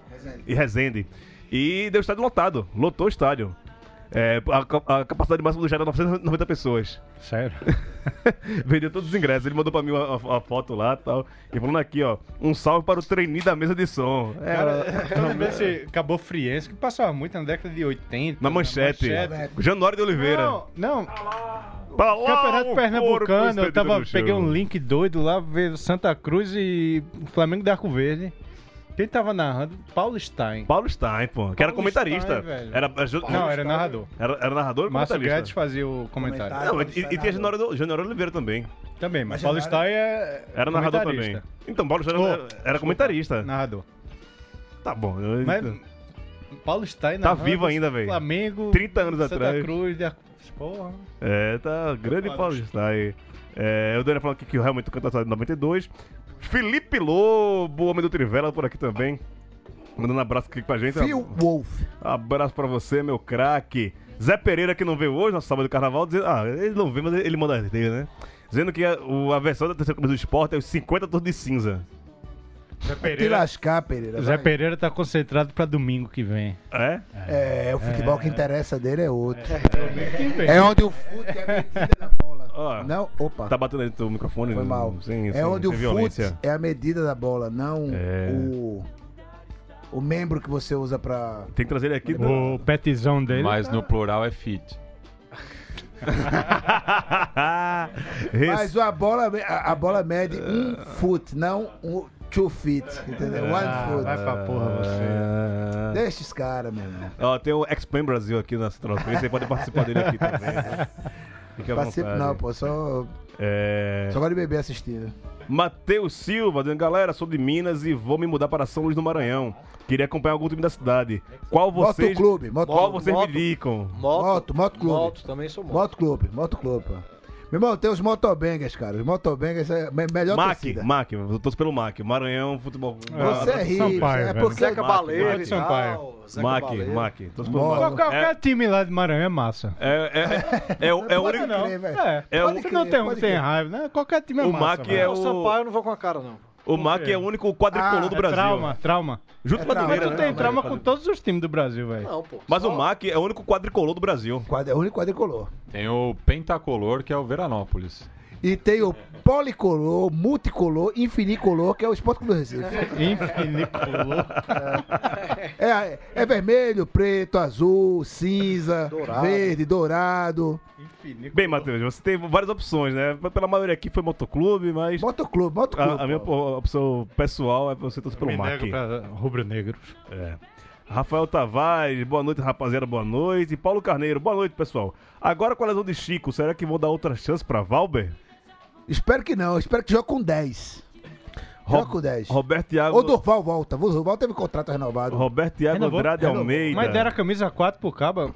Speaker 2: E Resende. E deu estádio lotado. Lotou o estádio. É, a, ca- a capacidade máxima do Jair é era 990 pessoas.
Speaker 4: Sério?
Speaker 2: Vendeu todos os ingressos. Ele mandou pra mim uma, uma- uma foto lá e tal. E falando aqui, ó. Um salve para o trainee da mesa de som. É,
Speaker 4: Cara, eu lembrei desse Cabo Friense que passava muito na década de 80.
Speaker 2: na manchete. Januário de Oliveira.
Speaker 4: Não, não.
Speaker 2: Pra lá,
Speaker 4: Campeonato
Speaker 2: o corpo
Speaker 4: Pernambucano, eu
Speaker 2: estendido
Speaker 4: tava,
Speaker 2: no chão.
Speaker 4: peguei um link doido lá, ver Santa Cruz e Flamengo de Arco Verde. Quem tava narrando? Paulo Stein.
Speaker 2: Paulo Stein, pô. Que era
Speaker 4: Paulo Stein,
Speaker 2: comentarista.
Speaker 4: velho.
Speaker 2: era, era,
Speaker 4: Não, era narrador.
Speaker 2: Era, era narrador ou
Speaker 4: Márcio
Speaker 2: comentarista?
Speaker 4: Guedes fazia o comentário.
Speaker 2: Não, e, e tinha Januário, do- Januário Oliveira também.
Speaker 4: Também, mas, Paulo Stein é.
Speaker 2: Era narrador também.
Speaker 4: comentarista.
Speaker 2: Então, Paulo Stein
Speaker 4: Oh,
Speaker 2: era, era comentarista.
Speaker 4: Narrador.
Speaker 2: Tá bom. eu-
Speaker 4: Mas Paulo Stein
Speaker 2: Tá
Speaker 4: narrando
Speaker 2: vivo ainda, velho.
Speaker 4: Flamengo.
Speaker 2: 30 anos
Speaker 4: Santa
Speaker 2: atrás.
Speaker 4: Cruz de Arco. Porra.
Speaker 2: É, tá grande
Speaker 4: Vamos lá,
Speaker 2: Paulo Stein. É, o Daniel falando aqui que realmente canta essa de 92. Felipe Lobo, homem do Trivela, por aqui também. Mandando um abraço aqui pra gente.
Speaker 5: Phil Wolf.
Speaker 2: Abraço pra você, meu craque. Zé Pereira, que não veio hoje, nosso sábado de carnaval, dizendo. Ah, ele não veio, mas ele manda dele, né? Dizendo que a, o- a versão da terceira camisa do esporte é os 50 tons de cinza.
Speaker 4: Zé
Speaker 5: Te lascar, Pereira.
Speaker 4: Zé
Speaker 5: vai.
Speaker 4: Pereira tá concentrado pra domingo que vem.
Speaker 2: É?
Speaker 5: É, o futebol que interessa dele é outro.
Speaker 4: É,
Speaker 5: É onde o fute é a medida da bola.
Speaker 2: Ó,
Speaker 5: Não, opa.
Speaker 2: Tá batendo aí no teu microfone?
Speaker 5: Foi mal.
Speaker 2: Sem,
Speaker 5: é
Speaker 2: sem-
Speaker 5: onde
Speaker 2: sem
Speaker 5: o fute
Speaker 2: violência.
Speaker 5: é a medida da bola, não
Speaker 2: É.
Speaker 5: o, o membro que você usa pra.
Speaker 2: Tem que trazer ele aqui.
Speaker 5: um
Speaker 4: O petizão dele.
Speaker 7: Mas no plural é fit.
Speaker 5: Mas a bola, a, a bola mede um foot, não um two feet, entendeu? One
Speaker 4: Ah,
Speaker 2: é.
Speaker 5: foot.
Speaker 4: vai pra porra você.
Speaker 2: Ah.
Speaker 5: Deixa os caras, meu irmão.
Speaker 2: Ó, tem o Explain Brasil aqui na Central Três, você pode participar dele aqui também. né? Fique à
Speaker 5: Participa,
Speaker 2: vontade.
Speaker 5: não, pô, só,
Speaker 2: É...
Speaker 5: só gosto de beber assistindo.
Speaker 2: Matheus Silva, dizendo, galera, sou de Minas e vou me mudar para São Luís do Maranhão. Queria acompanhar algum time da cidade. Qual vocês,
Speaker 5: Moto Clube, Moto
Speaker 2: qual
Speaker 5: Clube.
Speaker 2: vocês
Speaker 8: Moto.
Speaker 2: me indicam?
Speaker 5: Moto, Moto Clube.
Speaker 8: Moto, também sou moto.
Speaker 5: Moto Clube, Moto Clube, pô. Meu irmão, tem os motobengas, cara. Os motobengas é a me- melhor
Speaker 2: Mac,
Speaker 5: torcida.
Speaker 2: Mac, eu torço pelo Mac. Maranhão, futebol.
Speaker 4: Ah,
Speaker 5: Você é rico,
Speaker 4: Sampaio,
Speaker 5: é
Speaker 4: velho.
Speaker 5: porque
Speaker 8: Zeca
Speaker 2: Mac,
Speaker 8: Baleiro
Speaker 2: Mac.
Speaker 8: e tal. Zeca
Speaker 2: Mac,
Speaker 8: Baleiro.
Speaker 2: Mac, torço pelo
Speaker 5: Mola.
Speaker 2: Mac.
Speaker 4: Qual- Qualquer time lá de Maranhão é massa.
Speaker 2: É, é, é, é o- é o
Speaker 5: Pode
Speaker 2: único.
Speaker 5: não.
Speaker 4: É,
Speaker 5: velho.
Speaker 4: é.
Speaker 2: É
Speaker 5: Pode
Speaker 2: o-
Speaker 4: Você
Speaker 5: crer,
Speaker 4: não tem,
Speaker 5: pode
Speaker 4: tem
Speaker 5: crer.
Speaker 4: raiva, né? Qualquer time é
Speaker 2: O
Speaker 4: massa.
Speaker 2: Mac
Speaker 4: velho.
Speaker 2: é
Speaker 8: O Sampaio eu não vou com a cara, não.
Speaker 2: O Mac é o único quadricolor
Speaker 5: Ah,
Speaker 2: do
Speaker 4: É
Speaker 2: Brasil. né?
Speaker 4: trauma, trauma.
Speaker 2: Junto
Speaker 5: É
Speaker 2: com a
Speaker 5: trauma.
Speaker 2: Madureira,
Speaker 4: tu
Speaker 2: né?
Speaker 4: tem
Speaker 5: Não,
Speaker 4: trauma com todos os times do Brasil, velho.
Speaker 8: Não, pô.
Speaker 2: Mas
Speaker 8: só-
Speaker 2: o Mac é o único quadricolor do Brasil.
Speaker 5: Quadri- É o único quadricolor.
Speaker 7: Tem o pentacolor, que é o Veranópolis.
Speaker 5: E tem o policolor, multicolor, infinicolor, que é o Esporte Clube do Recife.
Speaker 4: Infinicolor.
Speaker 5: É, é vermelho, preto, azul, cinza,
Speaker 8: Dourado.
Speaker 5: verde, dourado.
Speaker 4: Infinicolor.
Speaker 2: Bem, Matheus, você tem várias opções, né? Pela maioria aqui foi motoclube, mas
Speaker 5: Motoclube, motoclube.
Speaker 2: Ah, a, a minha
Speaker 5: pô.
Speaker 2: po- opção pessoal é você torcer pelo
Speaker 4: Me
Speaker 2: Mac.
Speaker 4: nego pra rubro-negros.
Speaker 2: É. Rafael Tavares, boa noite, rapaziada, boa noite. E Paulo Carneiro, boa noite, pessoal. Agora com a lesão de Chico, será que vão dar outra chance pra Valber?
Speaker 5: Espero que não, espero que jogue com 10. Joga com 10.
Speaker 2: Roberto Iago,
Speaker 5: Ou Durval volta. O Durval teve contrato renovado.
Speaker 2: Roberto Iago
Speaker 4: Renovou?
Speaker 2: Andrade
Speaker 4: Renovou.
Speaker 2: Almeida.
Speaker 4: é Mas deram a camisa 4 pro Caba.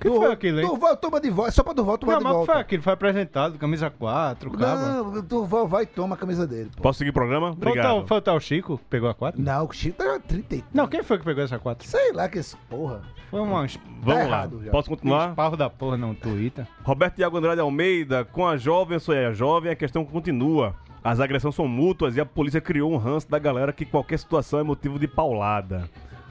Speaker 4: Que
Speaker 5: Durval-
Speaker 4: foi aquilo, hein?
Speaker 5: Durval toma de volta. É só pra Durval tomar
Speaker 4: Não,
Speaker 5: de
Speaker 4: mas foi
Speaker 5: volta.
Speaker 4: aquilo, foi apresentado, camisa 4, Caba.
Speaker 5: Não, o Durval vai e toma a camisa dele. Pô.
Speaker 2: Posso seguir o programa? Obrigado.
Speaker 4: Faltou, faltou o Chico, que pegou a 4?
Speaker 5: Não, o Chico tá 30 e...
Speaker 4: Não, quem foi que pegou essa 4?
Speaker 5: Sei lá que esse porra.
Speaker 4: Foi um es- um
Speaker 2: Vamos lá.
Speaker 5: Tá errado já.
Speaker 2: Posso continuar?
Speaker 4: esparro da porra, não, Twitter.
Speaker 2: Roberto Iago Andrade Almeida, com a jovem, eu sou é, a jovem, a questão continua. As agressões são mútuas e a polícia criou um ranço da galera que qualquer situação é motivo de paulada.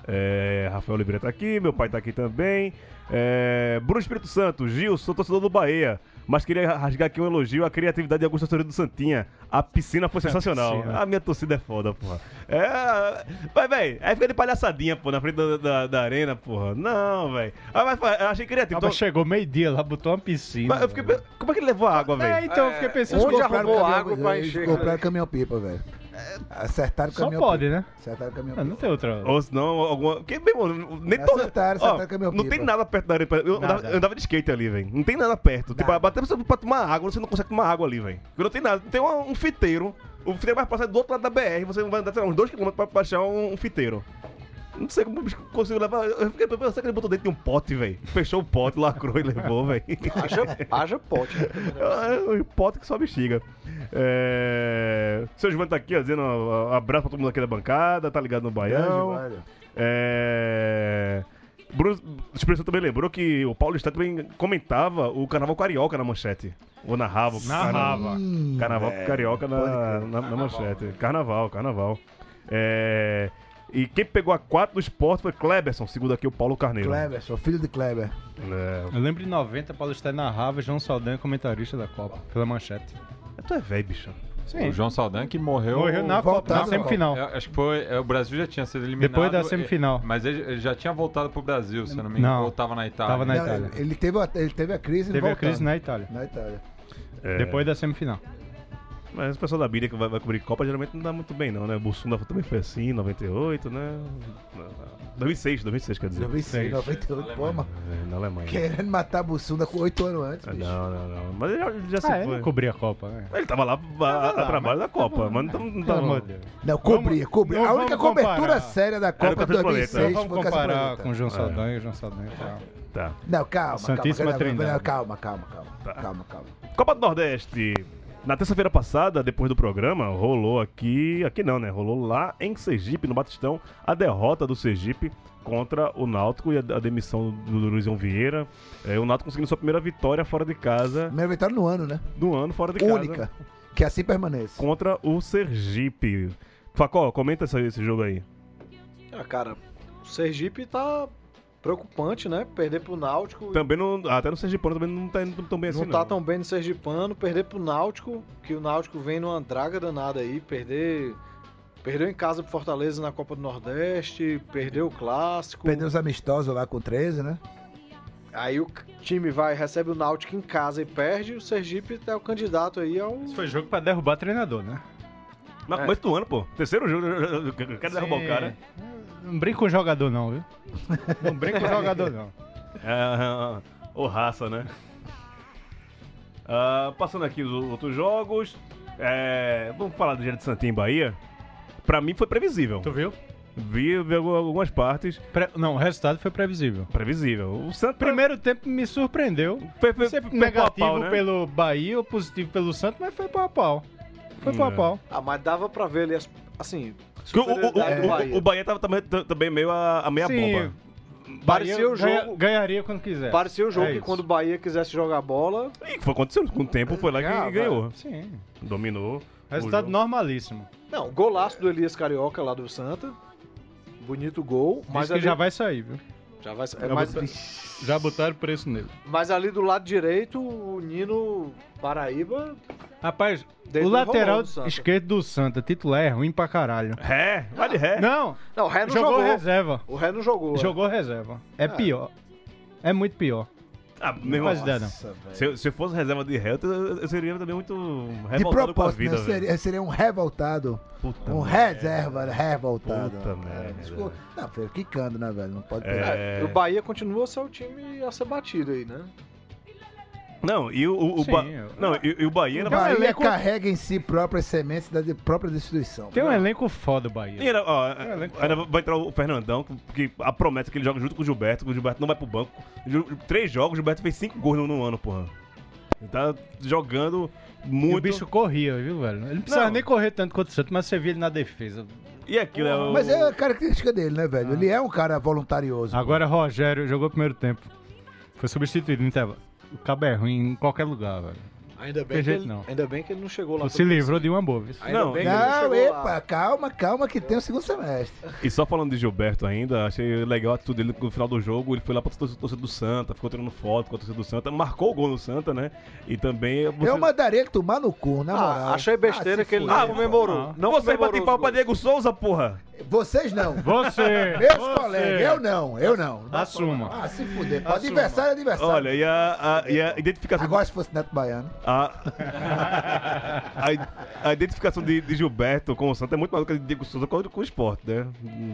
Speaker 2: É, Rafael Oliveira tá aqui, meu pai tá aqui também. É, Bruno Espírito Santo, Gil, sou torcedor do Bahia, mas queria rasgar aqui um elogio à criatividade de alguns torcedores do Santinha. A piscina foi sensacional.
Speaker 4: piscina.
Speaker 2: A minha torcida é foda, porra. É, mas, véi, aí fica de palhaçadinha, pô, na frente da, da- da arena, porra. Não, véi. Ah, mas, pô, eu achei criativo.
Speaker 4: Caba
Speaker 2: Então-
Speaker 4: chegou meio-dia lá, botou uma piscina.
Speaker 2: mas eu fiquei
Speaker 4: velho.
Speaker 2: pe- Como é que ele levou a água,
Speaker 4: É,
Speaker 2: velho?
Speaker 4: então, eu fiquei pensando.
Speaker 8: Onde
Speaker 4: "Pô,
Speaker 8: arrumou
Speaker 5: Compraram
Speaker 8: água pra
Speaker 5: eles
Speaker 8: encher,
Speaker 5: Compraram
Speaker 8: cara?"
Speaker 5: caminhão-pipa, velho. Acertaram o
Speaker 4: Só
Speaker 5: caminhão-pipa.
Speaker 4: pode, né?
Speaker 5: Acertaram o
Speaker 4: Ah, Não
Speaker 5: caminhão-pipa.
Speaker 4: tem outra.
Speaker 2: Ou se não, alguma. Porque, meu irmão, nem
Speaker 5: Essa
Speaker 2: todo-
Speaker 5: otária, essa
Speaker 2: Ó,
Speaker 5: otária que é meu
Speaker 2: Não
Speaker 5: pipa.
Speaker 2: tem nada perto da areia. pra- Eu
Speaker 4: Nada.
Speaker 2: andava, eu andava de skate ali, velho. Não tem nada perto. Tipo,
Speaker 5: Nada.
Speaker 2: bater pra, pra tomar água, você não consegue tomar água ali, velho. Porque não tem nada. Tem uma- um fiteiro. O fiteiro mais próximo é do outro lado da BR. Você vai andar, sei lá, uns 2km pra pra achar um, um fiteiro. Não sei como o bicho conseguiu levar. Eu fiquei pensando que ele botou dentro de um pote, velho. Fechou o pote, lacrou e levou, velho.
Speaker 8: Haja, haja pote. né?
Speaker 2: É um pote que só bexiga. É... Seu Giovanni tá aqui, ó, dizendo ó, abraço pra todo mundo aqui da bancada, tá ligado no Baião.
Speaker 5: Grande, velho.
Speaker 2: É... Bruno Expressão também lembrou que o Paulo Estado também comentava o carnaval carioca na manchete. Ou narrava. o
Speaker 7: Narrava.
Speaker 2: carna- Carnaval
Speaker 5: É,
Speaker 2: carioca na,
Speaker 5: pode crer.
Speaker 2: na- na manchete. Carnaval, carnaval. É, E quem pegou a 4 do esporte foi Kleberson, segundo aqui o Paulo Carneiro.
Speaker 5: Kleber, sou filho de Kleber.
Speaker 2: É.
Speaker 4: Eu lembro de 90, Paulo Stein narrava, João Saldanha comentarista da Copa, pela manchete.
Speaker 2: Tu é velho, bicho.
Speaker 4: Sim.
Speaker 7: O João Saldanha que morreu.
Speaker 4: Morreu na Copa,
Speaker 5: Voltado
Speaker 4: na
Speaker 5: da
Speaker 4: semifinal.
Speaker 7: Eu acho que foi. é, O Brasil já tinha sido eliminado.
Speaker 4: Depois da semifinal.
Speaker 7: é, Mas ele ele já tinha voltado pro Brasil, se eu não me engano.
Speaker 4: Não.
Speaker 7: Ou tava na Itália.
Speaker 4: Tava na
Speaker 5: Não,
Speaker 4: Itália.
Speaker 5: Ele, ele teve, a- ele teve a crise
Speaker 4: Teve a
Speaker 5: voltando.
Speaker 4: crise né? na Itália.
Speaker 5: Na Itália.
Speaker 2: É,
Speaker 4: Depois da semifinal.
Speaker 2: Mas o pessoal da mídia que vai, vai cobrir Copa geralmente não dá muito bem, não, né? O Bussunda também foi assim, 98, né? 2006, 2006, quer dizer.
Speaker 5: 96, 98, pô, mano.
Speaker 2: É, na Alemanha.
Speaker 5: Querendo matar a Bussunda com 8 anos antes,
Speaker 2: Ah,
Speaker 5: bicho.
Speaker 2: Não, não, não. Mas ele já, ele já se
Speaker 4: Ah, é,
Speaker 2: foi.
Speaker 4: ele cobria a Copa. É.
Speaker 2: Ele tava lá a, a- a
Speaker 4: lá, mas
Speaker 2: trabalho da
Speaker 4: tá
Speaker 2: Copa,
Speaker 4: bom,
Speaker 2: mas não, não
Speaker 4: Pelo
Speaker 2: tava.
Speaker 4: amor de Deus.
Speaker 5: Não, cobria,
Speaker 4: Vamos-
Speaker 5: cobria.
Speaker 4: não
Speaker 5: a única
Speaker 4: vamos
Speaker 5: cobertura
Speaker 4: comparar.
Speaker 5: séria da Copa de
Speaker 2: Cacete Planeta.
Speaker 5: 2006
Speaker 4: Não né?
Speaker 2: Esse
Speaker 4: vamos
Speaker 5: foi Cacete
Speaker 4: comparar
Speaker 5: Planeta.
Speaker 4: com o João
Speaker 2: É.
Speaker 4: Saldanha. O João Saldanha tá...
Speaker 2: Tá.
Speaker 5: Não, calma,
Speaker 4: Santíssima
Speaker 5: calma, calma,
Speaker 4: Trindade.
Speaker 5: calma, calma,
Speaker 2: Tá.
Speaker 5: calma, calma, calma.
Speaker 2: Copa do Nordeste. Na terça-feira passada, depois do programa, rolou aqui. Aqui não, né? Rolou lá em Sergipe, no Batistão, a derrota do Sergipe contra o Náutico e a, a demissão do, do Luizão Vieira. É, o Náutico conseguindo sua primeira vitória fora de casa
Speaker 5: Primeira vitória no ano, né?
Speaker 2: do ano, fora de casa.
Speaker 5: Única. Que assim permanece.
Speaker 2: Contra o Sergipe. Facó, comenta essa- esse jogo aí.
Speaker 8: Ah, cara, o Sergipe tá preocupante, né? Perder pro Náutico.
Speaker 2: Também não. Até no Sergipano também não tá indo tão bem assim.
Speaker 8: não tá tão bem no Sergipano, perder pro Náutico, que o Náutico vem numa draga danada aí, perder. Perdeu em casa pro Fortaleza na Copa do Nordeste, perdeu o clássico.
Speaker 5: Perdeu os amistosos lá com 13, né?
Speaker 8: Aí o time vai, recebe o Náutico em casa e perde, o Sergipe é o candidato aí um ao.
Speaker 4: Isso foi jogo pra derrubar treinador, né?
Speaker 2: Na começo do ano, pô. Terceiro jogo. eu- eu- eu- eu Quero derrubar o cara.
Speaker 4: Não brinca com jogador, não, viu? Não brinca com jogador, não.
Speaker 2: Ah, Ô raça, né? Ah, passando aqui os outros jogos. é, vamos falar do dia de Santinho em Bahia. Pra mim foi previsível.
Speaker 4: Tu viu?
Speaker 2: Vi, vi algu- algumas partes.
Speaker 4: Pre- Não, o resultado foi previsível.
Speaker 2: Previsível. O Santos.
Speaker 4: Primeiro tempo me surpreendeu.
Speaker 2: foi, foi,
Speaker 4: Sempre
Speaker 2: foi pau a
Speaker 4: negativo
Speaker 2: pau, né?
Speaker 4: pelo Bahia ou positivo pelo Santos, mas foi pau a pau. Foi pau
Speaker 2: É.
Speaker 4: a pau.
Speaker 8: Ah, mas dava pra ver ali, as- assim,
Speaker 2: Porque o, o- o-
Speaker 8: superioridade do
Speaker 2: o-
Speaker 8: Bahia.
Speaker 2: o Bahia tava também, também meio a, a meia
Speaker 4: Sim,
Speaker 2: bomba.
Speaker 8: Parecia o
Speaker 4: ganha-
Speaker 8: jogo-
Speaker 4: ganharia quando quiser.
Speaker 8: Parecia o jogo
Speaker 4: É
Speaker 8: que
Speaker 4: isso.
Speaker 8: quando o Bahia quisesse jogar bola,
Speaker 2: E foi acontecendo. Com o tempo foi lá que
Speaker 4: é. Ah,
Speaker 2: ganhou.
Speaker 4: vai. Sim.
Speaker 2: Dominou. o
Speaker 4: Resultado
Speaker 2: jogo.
Speaker 4: normalíssimo.
Speaker 8: Não, golaço do Elias Carioca lá do Santa. Bonito gol,
Speaker 4: Mas
Speaker 8: mas
Speaker 4: que
Speaker 8: ali,
Speaker 4: já vai sair, viu?
Speaker 8: já vai- é, mas,
Speaker 4: Já botaram preço nele.
Speaker 8: mas ali do lado direito, o Nino Paraíba.
Speaker 4: Rapaz,
Speaker 8: Dentro
Speaker 4: o
Speaker 8: do
Speaker 4: lateral
Speaker 8: rolão do Santa.
Speaker 4: esquerdo do Santa, titular, é ruim pra caralho.
Speaker 2: Ré, vai de ré.
Speaker 4: Não,
Speaker 8: Não, o Ré É. não
Speaker 4: jogou,
Speaker 8: jogou.
Speaker 4: reserva.
Speaker 8: O Ré não jogou. né?
Speaker 4: Jogou reserva. É,
Speaker 8: É.
Speaker 4: pior. É muito pior.
Speaker 2: Ah, meu
Speaker 4: Não
Speaker 2: irmão,
Speaker 4: faz ideia, não.
Speaker 5: Nossa, velho.
Speaker 2: se, eu- se eu fosse reserva de ré, eu, eu- eu seria também muito
Speaker 5: De
Speaker 2: revoltado com a
Speaker 5: propósito,
Speaker 2: vida.
Speaker 5: né?
Speaker 2: velho.
Speaker 5: seria, seria um revoltado.
Speaker 2: Puta
Speaker 5: um
Speaker 2: merda.
Speaker 5: reserva, revoltado.
Speaker 2: Puta
Speaker 5: É,
Speaker 2: merda.
Speaker 5: desculpa. Não, foi quicando, né, velho? Não pode pegar.
Speaker 2: É.
Speaker 8: É, O Bahia continua a ser o time a ser batido aí, né?
Speaker 2: Não, e o, o, o
Speaker 4: Sim,
Speaker 2: Ba-
Speaker 4: eu- Então,
Speaker 2: Não, e, e o Bahia
Speaker 5: O
Speaker 2: era.
Speaker 5: Bahia
Speaker 4: elenco-
Speaker 5: carrega em si próprias sementes da de- própria destruição. né?
Speaker 4: Tem um elenco foda o Bahia. É,
Speaker 2: E era, ó,
Speaker 4: elenco
Speaker 2: era- vai entrar o Fernandão, que que a promessa é que ele joga junto com o Gilberto, que o Gilberto não vai pro banco. Ju- três jogos, o Gilberto fez cinco gols no, no ano, porra. Ele tá jogando
Speaker 4: E
Speaker 2: muito.
Speaker 4: o bicho corria, viu, velho? Ele não precisava
Speaker 2: Não.
Speaker 4: nem correr tanto quanto o Santos, mas você via ele na defesa.
Speaker 2: E aquilo é o.
Speaker 5: Mas é a característica dele, né, velho? Ele é um cara voluntarioso.
Speaker 4: Agora Rogério jogou o primeiro tempo. Foi substituído no intervalo. O cabo é ruim em qualquer lugar, velho.
Speaker 8: Ainda
Speaker 4: Tem
Speaker 8: bem, que
Speaker 4: jeito,
Speaker 8: ele,
Speaker 4: não.
Speaker 8: ainda bem que ele não chegou lá.
Speaker 4: Tu se
Speaker 8: pro-
Speaker 4: livrou de um- uma boa, viu?
Speaker 8: Ainda
Speaker 2: Não,
Speaker 8: bem que ele não
Speaker 5: Não,
Speaker 8: chegou
Speaker 5: Ah, epa,
Speaker 8: lá.
Speaker 5: calma, calma, que tem o segundo semestre.
Speaker 2: E só falando de Gilberto ainda, achei legal a atitude dele no final do jogo. Ele foi lá pra torcida torcida do Santa, ficou tirando foto com a torcida do Santa, marcou o gol no Santa, né? E também.
Speaker 4: É
Speaker 2: você-
Speaker 5: Eu mandaria ele tomar no cu, na moral.
Speaker 8: Ah, achei besteira
Speaker 5: Ah, se
Speaker 8: que ele
Speaker 5: fuder.
Speaker 8: não comemorou.
Speaker 4: Ah.
Speaker 8: Não
Speaker 2: você
Speaker 8: comemorou
Speaker 2: bate
Speaker 8: os
Speaker 2: pau pra
Speaker 8: gols.
Speaker 2: Diego Souza, porra!
Speaker 5: Vocês não.
Speaker 4: Você!
Speaker 5: Meus
Speaker 4: você.
Speaker 5: colegas, eu não, eu não.
Speaker 4: Assuma.
Speaker 5: Ah, se fuder.
Speaker 4: Assuma.
Speaker 5: Adversário é adversário.
Speaker 2: Olha, e a, a- e a
Speaker 4: é
Speaker 2: identificação.
Speaker 5: Agora se fosse Neto Baiano.
Speaker 2: A, a, a identificação de, de Gilberto com o Santa é muito maior do que a de Diego Souza com, com o esporte, né?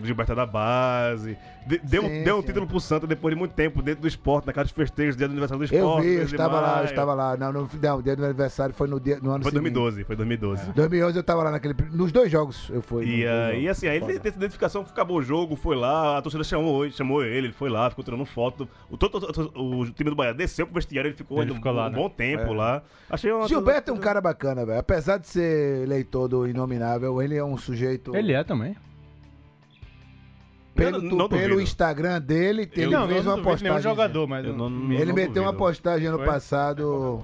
Speaker 2: Gilberto é da base. de- deu
Speaker 5: Sim,
Speaker 2: deu um
Speaker 5: sim.
Speaker 2: título pro Santa depois de muito tempo dentro do esporte, naqueles festejos, dia do né, aniversário do
Speaker 5: Eu
Speaker 2: esporte.
Speaker 5: vi, eu
Speaker 2: 13 de
Speaker 5: estava lá, eu
Speaker 2: maio.
Speaker 5: estava lá. Não, no, não, o dia do meu aniversário foi no, dia, no ano
Speaker 2: Foi
Speaker 5: seguinte.
Speaker 2: 2012, foi 2012.
Speaker 5: 2011 eu tava lá naquele. Nos dois jogos eu fui. nos
Speaker 2: E,
Speaker 5: dois
Speaker 2: ah,
Speaker 5: jogos.
Speaker 2: e assim, aí ele ter, ter essa identificação, acabou o jogo, foi lá, a torcida chamou, ele- chamou ele, ele foi lá, ficou tirando foto. O, todo, o, o time do Bahia desceu pro vestiário, ele ficou
Speaker 5: Ele
Speaker 2: ainda um-
Speaker 5: ficou
Speaker 2: um,
Speaker 5: lá, né?
Speaker 2: bom tempo
Speaker 5: É.
Speaker 2: lá. Achei uma
Speaker 5: Gilberto é um cara bacana, velho. Apesar de ser leitor do Inominável, ele é um sujeito.
Speaker 4: Ele é também.
Speaker 5: Pelo,
Speaker 4: Eu não- não
Speaker 5: pelo
Speaker 4: duvido.
Speaker 5: Instagram dele, ele
Speaker 4: Eu não-
Speaker 5: fez
Speaker 4: eu não
Speaker 5: uma
Speaker 4: duvido nenhum
Speaker 5: postagem.
Speaker 4: jogador, mas Eu não- não-
Speaker 5: ele
Speaker 4: não
Speaker 5: meteu uma
Speaker 4: duvido.
Speaker 5: postagem ano
Speaker 4: Foi?
Speaker 5: passado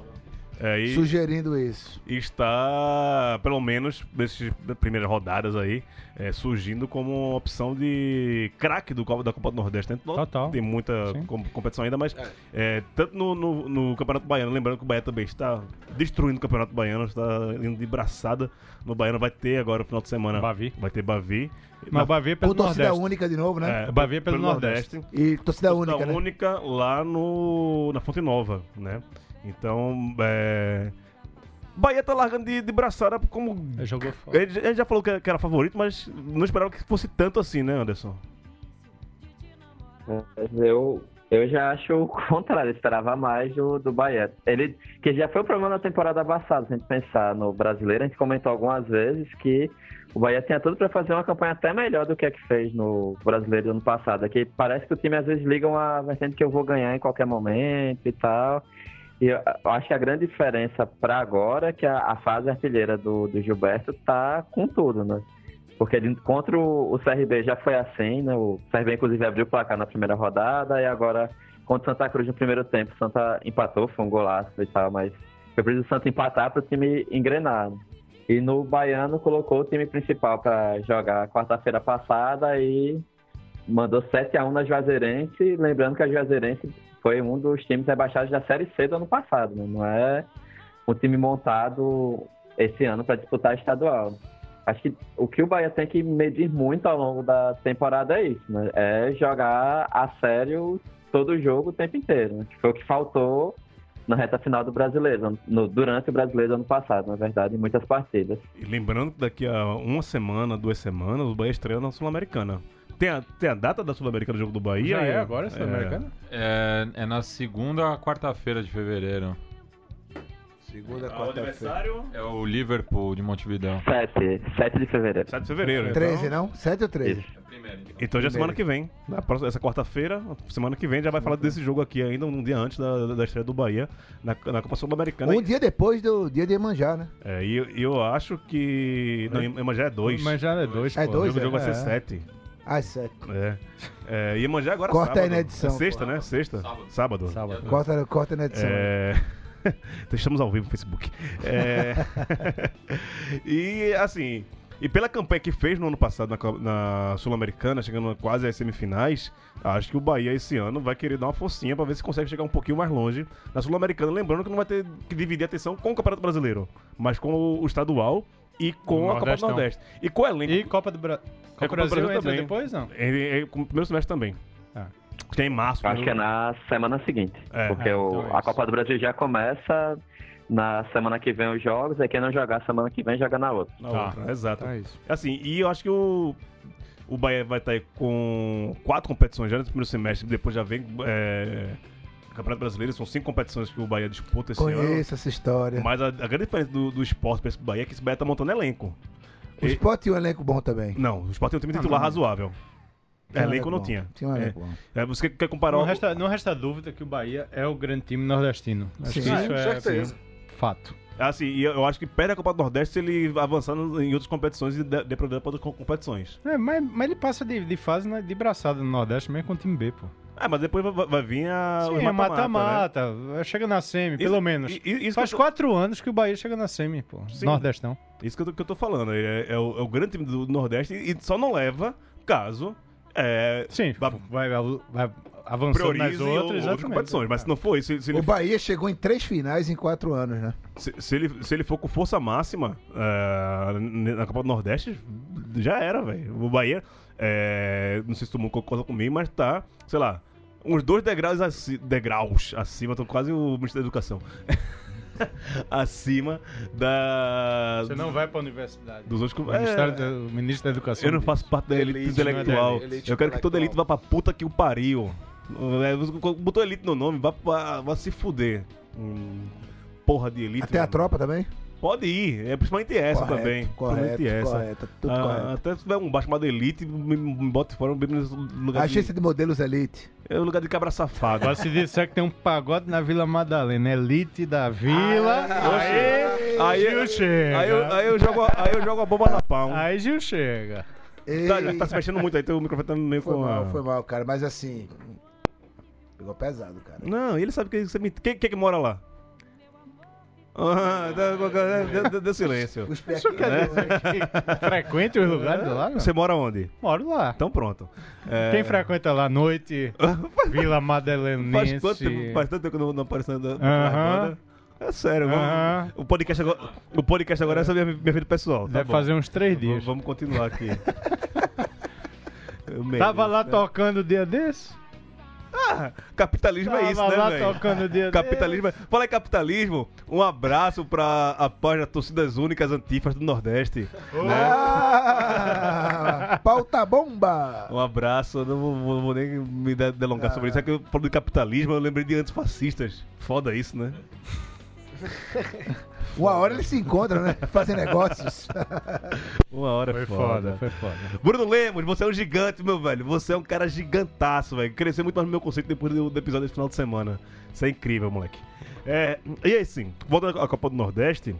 Speaker 2: É, e-
Speaker 5: sugerindo isso.
Speaker 2: está, pelo menos nessas primeiras rodadas aí, é, surgindo como uma opção de craque do Copa- da Copa do Nordeste. Né?
Speaker 4: Total.
Speaker 2: Tem muita com- competição ainda, mas é, tanto no, no- no Campeonato Baiano, lembrando que o Bahia também está destruindo o Campeonato Baiano, está indo de braçada no Baiano. Vai ter agora no final de semana. Bavi. Vai ter Bavi.
Speaker 4: Mas o Bavi é pelo
Speaker 5: Ou torcida única de novo, né?
Speaker 2: É, o Bavi é pelo, Nordeste.
Speaker 5: E torcida única, né?
Speaker 2: única lá no, na Fonte Nova, né? Então, é... Bahia tá largando de, de braçada como...
Speaker 4: Jogou
Speaker 2: Ele, ele já falou que que era favorito, mas não esperava que fosse tanto assim, né, Anderson?
Speaker 3: Eu, eu já acho o contrário, eu esperava mais do, do Bahia. Ele, que já foi o problema da temporada passada, se a gente pensar no brasileiro, a gente comentou algumas vezes que o Bahia tinha tudo para fazer uma campanha até melhor do que a que fez no brasileiro do ano passado. É que parece que o time às vezes liga uma vertente que eu vou ganhar em qualquer momento e tal. E eu acho que a grande diferença para agora é que a, a fase artilheira do, do Gilberto tá com tudo, né? Porque ele, contra o, o CRB já foi assim, né? O CRB, inclusive, abriu o placar na primeira rodada e agora contra o Santa Cruz no primeiro tempo. O Santa empatou, foi um golaço e tal, mas foi preciso o Santa empatar para o time engrenar. né? E no Baiano colocou o time principal para jogar quarta-feira passada e mandou 7x1 na Juazeirense. Lembrando que a Juazeirense foi um dos times rebaixados da Série C do ano passado, né? Não é um time montado esse ano para disputar estadual. Acho que o que o Bahia tem que medir muito ao longo da temporada é isso, né? É jogar a sério todo jogo o tempo inteiro, né? Que foi o que faltou na reta final do brasileiro, no- durante o brasileiro do ano passado, na verdade, em muitas partidas.
Speaker 2: E lembrando que daqui a uma semana, duas semanas, o Bahia estreia na Sul-Americana. Tem a, tem a data da Sul-Americana do jogo do Bahia?
Speaker 4: Já é agora, Sul-Americana?
Speaker 7: É, é na segunda quarta-feira de fevereiro.
Speaker 5: Segunda,
Speaker 7: É o Liverpool de Montevidão.
Speaker 3: 7, 7 de fevereiro.
Speaker 2: 7 de fevereiro,
Speaker 5: 13,
Speaker 2: então.
Speaker 5: não? 7 ou 13?
Speaker 2: Então já é semana que vem. Na próxima, essa quarta-feira, semana que vem, já vai falar desse jogo aqui ainda, um dia antes da, da estreia do Bahia, na, na Copa Sul-Americana.
Speaker 5: Um dia depois do dia de Emanjá, né?
Speaker 2: É, e eu, eu acho que. Não, Iemanjá é 2.
Speaker 4: Iemanjá é dois,
Speaker 5: É pô. dois,
Speaker 2: O jogo
Speaker 5: é?
Speaker 2: vai ser
Speaker 5: É.
Speaker 2: 7.
Speaker 5: Ah, sete.
Speaker 2: É. é. Iemanjá agora
Speaker 5: Corta
Speaker 2: sábado.
Speaker 5: aí na edição,
Speaker 2: É sexta,
Speaker 5: pô.
Speaker 2: né? Sexta? Sábado. Sábado.
Speaker 5: Corta, corta na edição.
Speaker 2: É... Estamos ao vivo no Facebook. É... e assim, e pela campanha que fez no ano passado na, Co- na Sul-Americana, chegando quase às semifinais, acho que o Bahia esse ano vai querer dar uma forcinha pra ver se consegue chegar um pouquinho mais longe na Sul-Americana. Lembrando que não vai ter que dividir a atenção com o Campeonato Brasileiro, mas com o, o estadual e com
Speaker 4: O
Speaker 2: a Copa do
Speaker 4: Nordestão.
Speaker 2: Nordeste. E com o elenco.
Speaker 4: E Copa do Brasil. Copa do Brasil, entra depois, não?
Speaker 2: Ele, ele- com o primeiro semestre também. Tem em março. né?
Speaker 3: Acho que é na semana seguinte. porque o- a Copa do Brasil já começa na semana que vem os jogos, e quem não jogar semana que vem joga na outra.
Speaker 2: Na outra, exato.
Speaker 4: É
Speaker 2: Assim, e eu acho que o, o Bahia vai estar aí com quatro competições já no primeiro semestre, depois já vem é, Campeonato Brasileiro, são cinco competições que o Bahia disputa esse
Speaker 5: Conheço essa história.
Speaker 2: ano. Mas a, a grande diferença do, do esporte para esse Bahia é que esse Bahia tá montando elenco.
Speaker 5: O Sport tem um elenco bom também.
Speaker 2: Não, o Sport tem um time
Speaker 5: Ah,
Speaker 2: titular
Speaker 5: não.
Speaker 2: razoável.
Speaker 5: Tinha um
Speaker 2: É, elenco
Speaker 5: elenco
Speaker 2: não
Speaker 5: bom.
Speaker 2: tinha.
Speaker 5: Tinha um
Speaker 2: É.
Speaker 5: elenco bom.
Speaker 2: É, você quer comparar
Speaker 4: não,
Speaker 2: o-
Speaker 4: resta, não resta dúvida que o Bahia é o grande time nordestino. Acho
Speaker 2: Sim.
Speaker 4: que isso
Speaker 2: Ah,
Speaker 4: é,
Speaker 2: com certeza.
Speaker 4: assim, fato.
Speaker 2: Assim, e eu eu acho que perde a Copa do Nordeste se ele avançar no- em outras competições e der der problema para outras co- competições.
Speaker 4: É, mas, mas ele passa de, de fase né, de braçada no Nordeste, mesmo com o time B, pô.
Speaker 2: É, mas depois vai, vai vir a. os
Speaker 4: Sim, é
Speaker 2: mata-mata, né?
Speaker 4: mata-mata. Chega na semi,
Speaker 2: Isso-
Speaker 4: pelo menos.
Speaker 2: i- i- isso
Speaker 4: Faz
Speaker 2: que eu tô-
Speaker 4: quatro anos que o Bahia chega na semi, pô.
Speaker 2: Sim.
Speaker 4: Nordestão.
Speaker 2: Isso que eu tô, que eu tô falando. É, é o, é o grande time do Nordeste e e só não leva caso. É,
Speaker 4: Sim, vai, vai avançando
Speaker 2: priorize
Speaker 4: nas outras,
Speaker 2: outras
Speaker 4: exatamente.
Speaker 2: competições. Mas se não for isso, se, se
Speaker 5: O
Speaker 2: ele,
Speaker 5: Bahia chegou em três finais em quatro anos, né?
Speaker 2: se, se ele, se ele for com força máxima é, n- na Copa do Nordeste, já era, velho. O Bahia, é, não sei se todo mundo concorda comigo, mas tá, sei lá, uns dois degraus, aci- degraus acima, tô quase o Ministério da Educação. acima da.
Speaker 4: Você não vai pra universidade.
Speaker 2: Dos outros
Speaker 4: O
Speaker 2: é,
Speaker 4: Ministério da- o ministro da Educação.
Speaker 2: Eu não faço parte da elite,
Speaker 4: Elite,
Speaker 2: intelectual.
Speaker 4: né, da elite
Speaker 2: eu quero que toda elite vá pra puta que o pariu. É, você Botou elite no nome, vá, pra, vá se fuder. Hum, porra de elite.
Speaker 5: Até a
Speaker 2: mano.
Speaker 5: tropa também?
Speaker 2: Pode ir, é principalmente essa
Speaker 5: Correto,
Speaker 2: também.
Speaker 5: correto,
Speaker 2: principalmente essa.
Speaker 5: correto, tudo correto.
Speaker 2: Até se tiver um baixo chamado Elite, me, me bota fora, bebe nesse lugar
Speaker 5: A
Speaker 2: de,
Speaker 5: agência de modelos Elite.
Speaker 2: é o lugar de cabra safado.
Speaker 4: Posso te dizer que tem um pagode na Vila Madalena, é elite da vila.
Speaker 2: Ah, Aí, aí,
Speaker 4: Gil chega.
Speaker 2: aí eu, aí
Speaker 4: né?
Speaker 2: eu jogo, a- aí eu jogo a bomba na pau.
Speaker 4: Aí Gil chega.
Speaker 2: Tá, tá se mexendo muito aí, teu microfone tá meio
Speaker 5: Foi
Speaker 2: com. a-
Speaker 5: mal, foi mal, cara. Mas assim. Pegou pesado, cara.
Speaker 2: Não, ele sabe que você me. Quem, quem que mora lá? Ah, deu- deu- deu- deu silêncio.
Speaker 5: Os pés né? aqui,
Speaker 4: Frequenta os lugares lá? Não?
Speaker 2: Você mora onde?
Speaker 4: Moro lá.
Speaker 2: Então pronto. É,
Speaker 4: Quem frequenta lá à noite? Vila Madelenense.
Speaker 2: Faz tanto, tempo, faz tanto tempo que eu não, não apareço na na- na
Speaker 4: Aham.
Speaker 2: banda. É sério, vamos-
Speaker 4: Aham.
Speaker 2: o, podcast agora, o podcast agora é sobre a minha, minha vida pessoal. Tá
Speaker 4: Deve
Speaker 2: bom.
Speaker 4: fazer um uns três
Speaker 2: V-
Speaker 4: dias.
Speaker 2: Vamos continuar aqui. Eu mereço,
Speaker 4: Tava lá
Speaker 2: né?
Speaker 4: tocando o dia desse?
Speaker 2: Ah, capitalismo é
Speaker 4: Tava
Speaker 2: isso, né,
Speaker 4: lá
Speaker 2: velho?
Speaker 4: tocando o dia
Speaker 2: Capitalismo. é- Fala em capitalismo, um abraço pra a página Torcidas Únicas Antifas do Nordeste.
Speaker 8: né?
Speaker 5: Ah, pauta bomba!
Speaker 2: Um abraço, eu não vou, vou- vou nem me de- delongar sobre isso. É que eu falo de capitalismo, eu lembrei de antifascistas. Foda isso, né?
Speaker 5: Uma hora eles se encontram, né? Fazer negócios.
Speaker 2: Uma hora
Speaker 4: Foi
Speaker 2: foda.
Speaker 4: foda, foi foda.
Speaker 2: Bruno Lemos, você é um gigante, meu velho. Você é um cara gigantaço, velho. Cresceu muito mais no meu conceito depois do, do episódio desse final de semana. Isso é incrível, moleque. É, e aí, sim, voltando à Copa do Nordeste.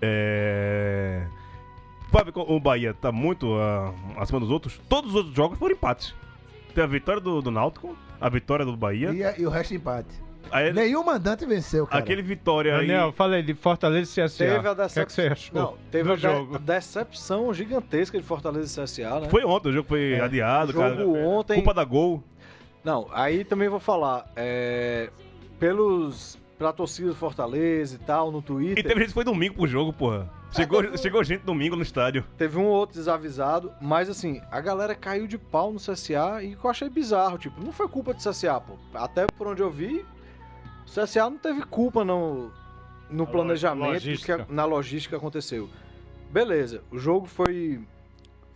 Speaker 2: É. Fábio, o Bahia tá muito ah, acima dos outros. Todos os outros jogos foram empates. Tem a vitória do, do Náutico, a vitória do Bahia.
Speaker 5: E, a- e o resto empate.
Speaker 2: aí-
Speaker 5: Nenhum mandante venceu, cara.
Speaker 2: aquele vitória aí.
Speaker 4: Daniel, falei de Fortaleza e CSA.
Speaker 8: Teve a
Speaker 4: O que, é que você
Speaker 8: decepção.
Speaker 4: achou?
Speaker 8: Não, teve
Speaker 4: do
Speaker 8: a de-
Speaker 4: jogo.
Speaker 8: decepção gigantesca de Fortaleza e CSA, né?
Speaker 2: Foi ontem, o jogo foi adiado,
Speaker 8: jogo
Speaker 2: cara.
Speaker 8: ontem.
Speaker 2: Culpa da gol.
Speaker 8: Não, aí também vou falar. É, pelos. Pra torcida do Fortaleza e tal, no Twitter.
Speaker 2: E teve gente que foi domingo pro jogo, porra. Chegou, chegou gente domingo no estádio.
Speaker 8: Teve um ou outro desavisado, mas assim, a galera caiu de pau no CSA e que eu achei bizarro, tipo, não foi culpa do CSA, pô. Até por onde eu vi, o CSA não teve culpa no, no
Speaker 4: lo-
Speaker 8: planejamento,
Speaker 4: logística.
Speaker 8: Que, na logística que aconteceu. Beleza, o jogo foi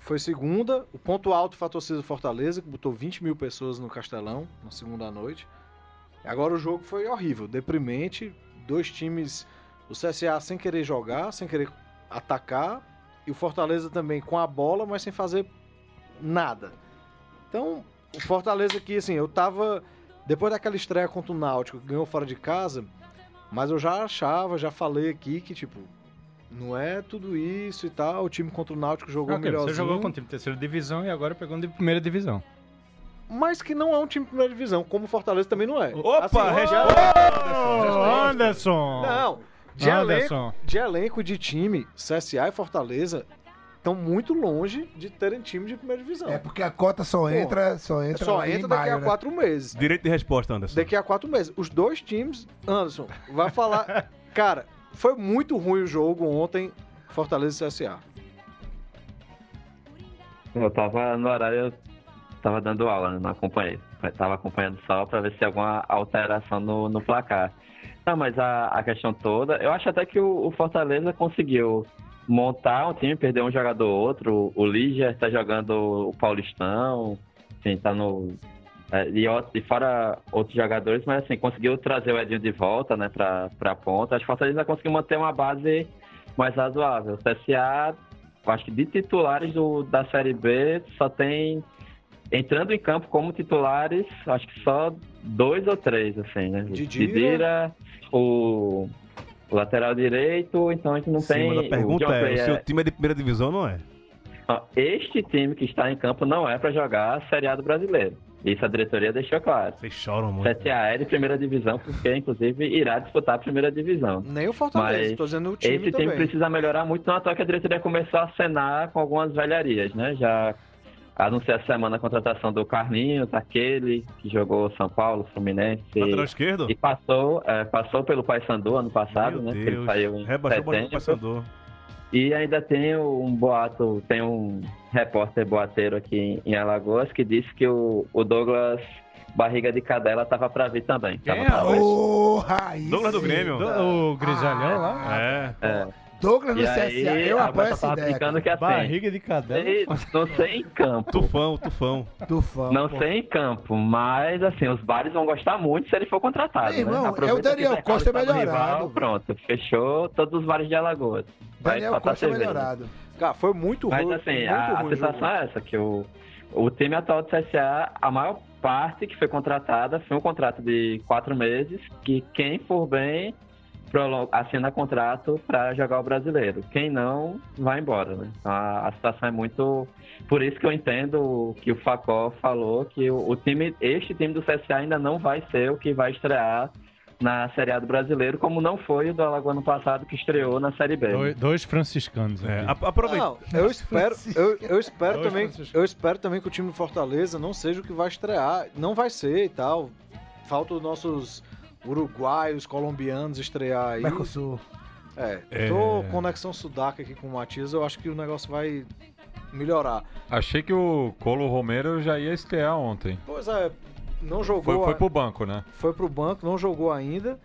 Speaker 8: foi segunda, o ponto alto foi a torcida do Fortaleza, que botou 20 mil pessoas no Castelão, na segunda noite. Agora o jogo foi horrível, deprimente, dois times, o CSA sem querer jogar, sem querer atacar, e o Fortaleza também com a bola, mas sem fazer nada. Então, o Fortaleza aqui, assim, eu tava. Depois daquela estreia contra o Náutico, que ganhou fora de casa, mas eu já achava, já falei aqui que, tipo, não é tudo isso e tal. O time contra o Náutico jogou
Speaker 4: Ah, ok,
Speaker 8: melhorzinho.
Speaker 4: você jogou com o time de terceira divisão e agora pegou um de primeira divisão.
Speaker 8: Mas que não é um time de primeira divisão, como o Fortaleza também não um é.
Speaker 2: Opa, responde,
Speaker 4: Anderson!
Speaker 8: Não, de elenco,
Speaker 4: Anderson!
Speaker 8: de elenco e de time, CSA e Fortaleza estão muito longe de terem time de primeira divisão.
Speaker 5: É porque a cota só entra, só entra,
Speaker 8: Só
Speaker 5: em
Speaker 8: entra daqui
Speaker 5: maio,
Speaker 8: a
Speaker 5: né?
Speaker 8: quatro meses.
Speaker 2: Direito de resposta, Anderson.
Speaker 8: Daqui a quatro meses. Os dois times, Anderson, vai falar. Cara, foi muito ruim o jogo ontem, Fortaleza e CSA.
Speaker 3: Eu tava no horário, eu tava dando aula, né? não acompanhei. Eu tava acompanhando só pra ver se tinha alguma alteração no, no placar. Não, mas a, a questão toda, eu acho até que o, o Fortaleza conseguiu montar um time, perder um jogador ou outro. O, o Lígia tá jogando o Paulistão, assim, tá no. é, E, ó- e fora outros jogadores, mas assim, conseguiu trazer o Edinho de volta, né, pra, pra ponta. Acho que o Fortaleza conseguiu manter uma base mais razoável. O CSA eu acho que de titulares do- da Série B, só tem. Entrando em campo como titulares, acho que só dois ou três, assim, né?
Speaker 8: Didira.
Speaker 3: Didira, o o lateral direito, então a gente não
Speaker 2: Sim,
Speaker 3: tem.
Speaker 2: mas a
Speaker 3: o John
Speaker 2: pergunta é,
Speaker 3: Clay
Speaker 2: o seu time é de primeira divisão não é?
Speaker 3: Ó, Este time que está em campo não é para jogar a Série A do brasileiro. Isso a diretoria deixou claro.
Speaker 2: Vocês choram muito.
Speaker 3: CSA é de primeira divisão, porque inclusive irá disputar a primeira divisão.
Speaker 8: Nem o Fortaleza,
Speaker 3: Mas
Speaker 8: tô dizendo o time
Speaker 3: Esse
Speaker 8: também.
Speaker 3: time precisa melhorar muito, não é à toa que a diretoria começou a acenar com algumas velharias, né? Já anunciou essa semana a contratação do Carlinhos, aquele que jogou São Paulo, Fluminense.
Speaker 2: Lateral esquerdo?
Speaker 3: E passou, é, passou pelo Paysandu ano passado,
Speaker 2: Meu
Speaker 3: né? Que
Speaker 2: Deus.
Speaker 3: Ele saiu em
Speaker 2: Rebaixou o Bahia do
Speaker 3: setembro.
Speaker 2: passador.
Speaker 3: E ainda tem um boato, tem um repórter boateiro aqui em Alagoas que disse que o, o Douglas Barriga de Cadela tava para vir também. Tava
Speaker 4: Quem é?
Speaker 3: pra-
Speaker 5: Porra, aí
Speaker 2: Douglas do
Speaker 5: sim.
Speaker 2: Grêmio.
Speaker 4: Do- o grisalhão lá?
Speaker 2: É.
Speaker 3: É,
Speaker 5: Ah, Douglas no
Speaker 3: E aí,
Speaker 5: CSA, eu
Speaker 3: a
Speaker 5: apoio
Speaker 3: Bessa
Speaker 5: essa
Speaker 3: tava
Speaker 5: ideia.
Speaker 3: brincando que assim.
Speaker 4: Barriga de
Speaker 5: é
Speaker 4: cadela.
Speaker 3: E Não sei em campo.
Speaker 2: Tufão, tufão.
Speaker 5: Tufão.
Speaker 3: Não sei em campo, mas assim, os bares vão gostar muito se ele for contratado.
Speaker 5: Meu irmão,
Speaker 3: né?
Speaker 5: é o
Speaker 3: Aproveita que
Speaker 5: Daniel
Speaker 3: mercado
Speaker 5: Costa
Speaker 3: tá com o
Speaker 5: melhorado,
Speaker 3: rival,
Speaker 5: velho.
Speaker 3: Pronto, fechou todos os bares de Alagoas. Vai
Speaker 5: Daniel
Speaker 3: faltar
Speaker 5: Costa
Speaker 3: cerveja.
Speaker 5: melhorado.
Speaker 8: Cara, foi muito ruim.
Speaker 3: Mas assim,
Speaker 8: muito
Speaker 3: a, a
Speaker 8: ruim o jogo.
Speaker 3: sensação é essa, que o, o time atual do CSA, a maior parte que foi contratada foi um contrato de quatro meses, que quem for bem prolo- assina contrato para jogar o brasileiro. Quem não, vai embora, né? Então, a, a situação é muito... Por isso que eu entendo o que o Facó falou, que o, o time, este time do CSA ainda não vai ser o que vai estrear na Série A do Brasileiro, como não foi o do Alagoano passado, que estreou na Série B.
Speaker 4: Dois, dois franciscanos.
Speaker 2: É,
Speaker 4: aqui.
Speaker 2: a- aproveita.
Speaker 8: Não, eu espero, eu, eu espero
Speaker 4: Dois
Speaker 8: também,
Speaker 4: Francisco.
Speaker 8: eu espero também que o time do Fortaleza não seja o que vai estrear, não vai ser e tal. Falta os nossos uruguaios, colombianos estrear aí.
Speaker 5: Mercosul.
Speaker 8: É,
Speaker 2: É.
Speaker 8: tô conexão sudaca aqui com o Matias, eu acho que o negócio vai melhorar.
Speaker 7: Achei que o Colo Romero já ia estrear ontem.
Speaker 8: Pois é, não
Speaker 7: Foi,
Speaker 8: jogou,
Speaker 7: foi
Speaker 8: a-
Speaker 7: pro banco, né?
Speaker 8: foi pro banco, não jogou ainda.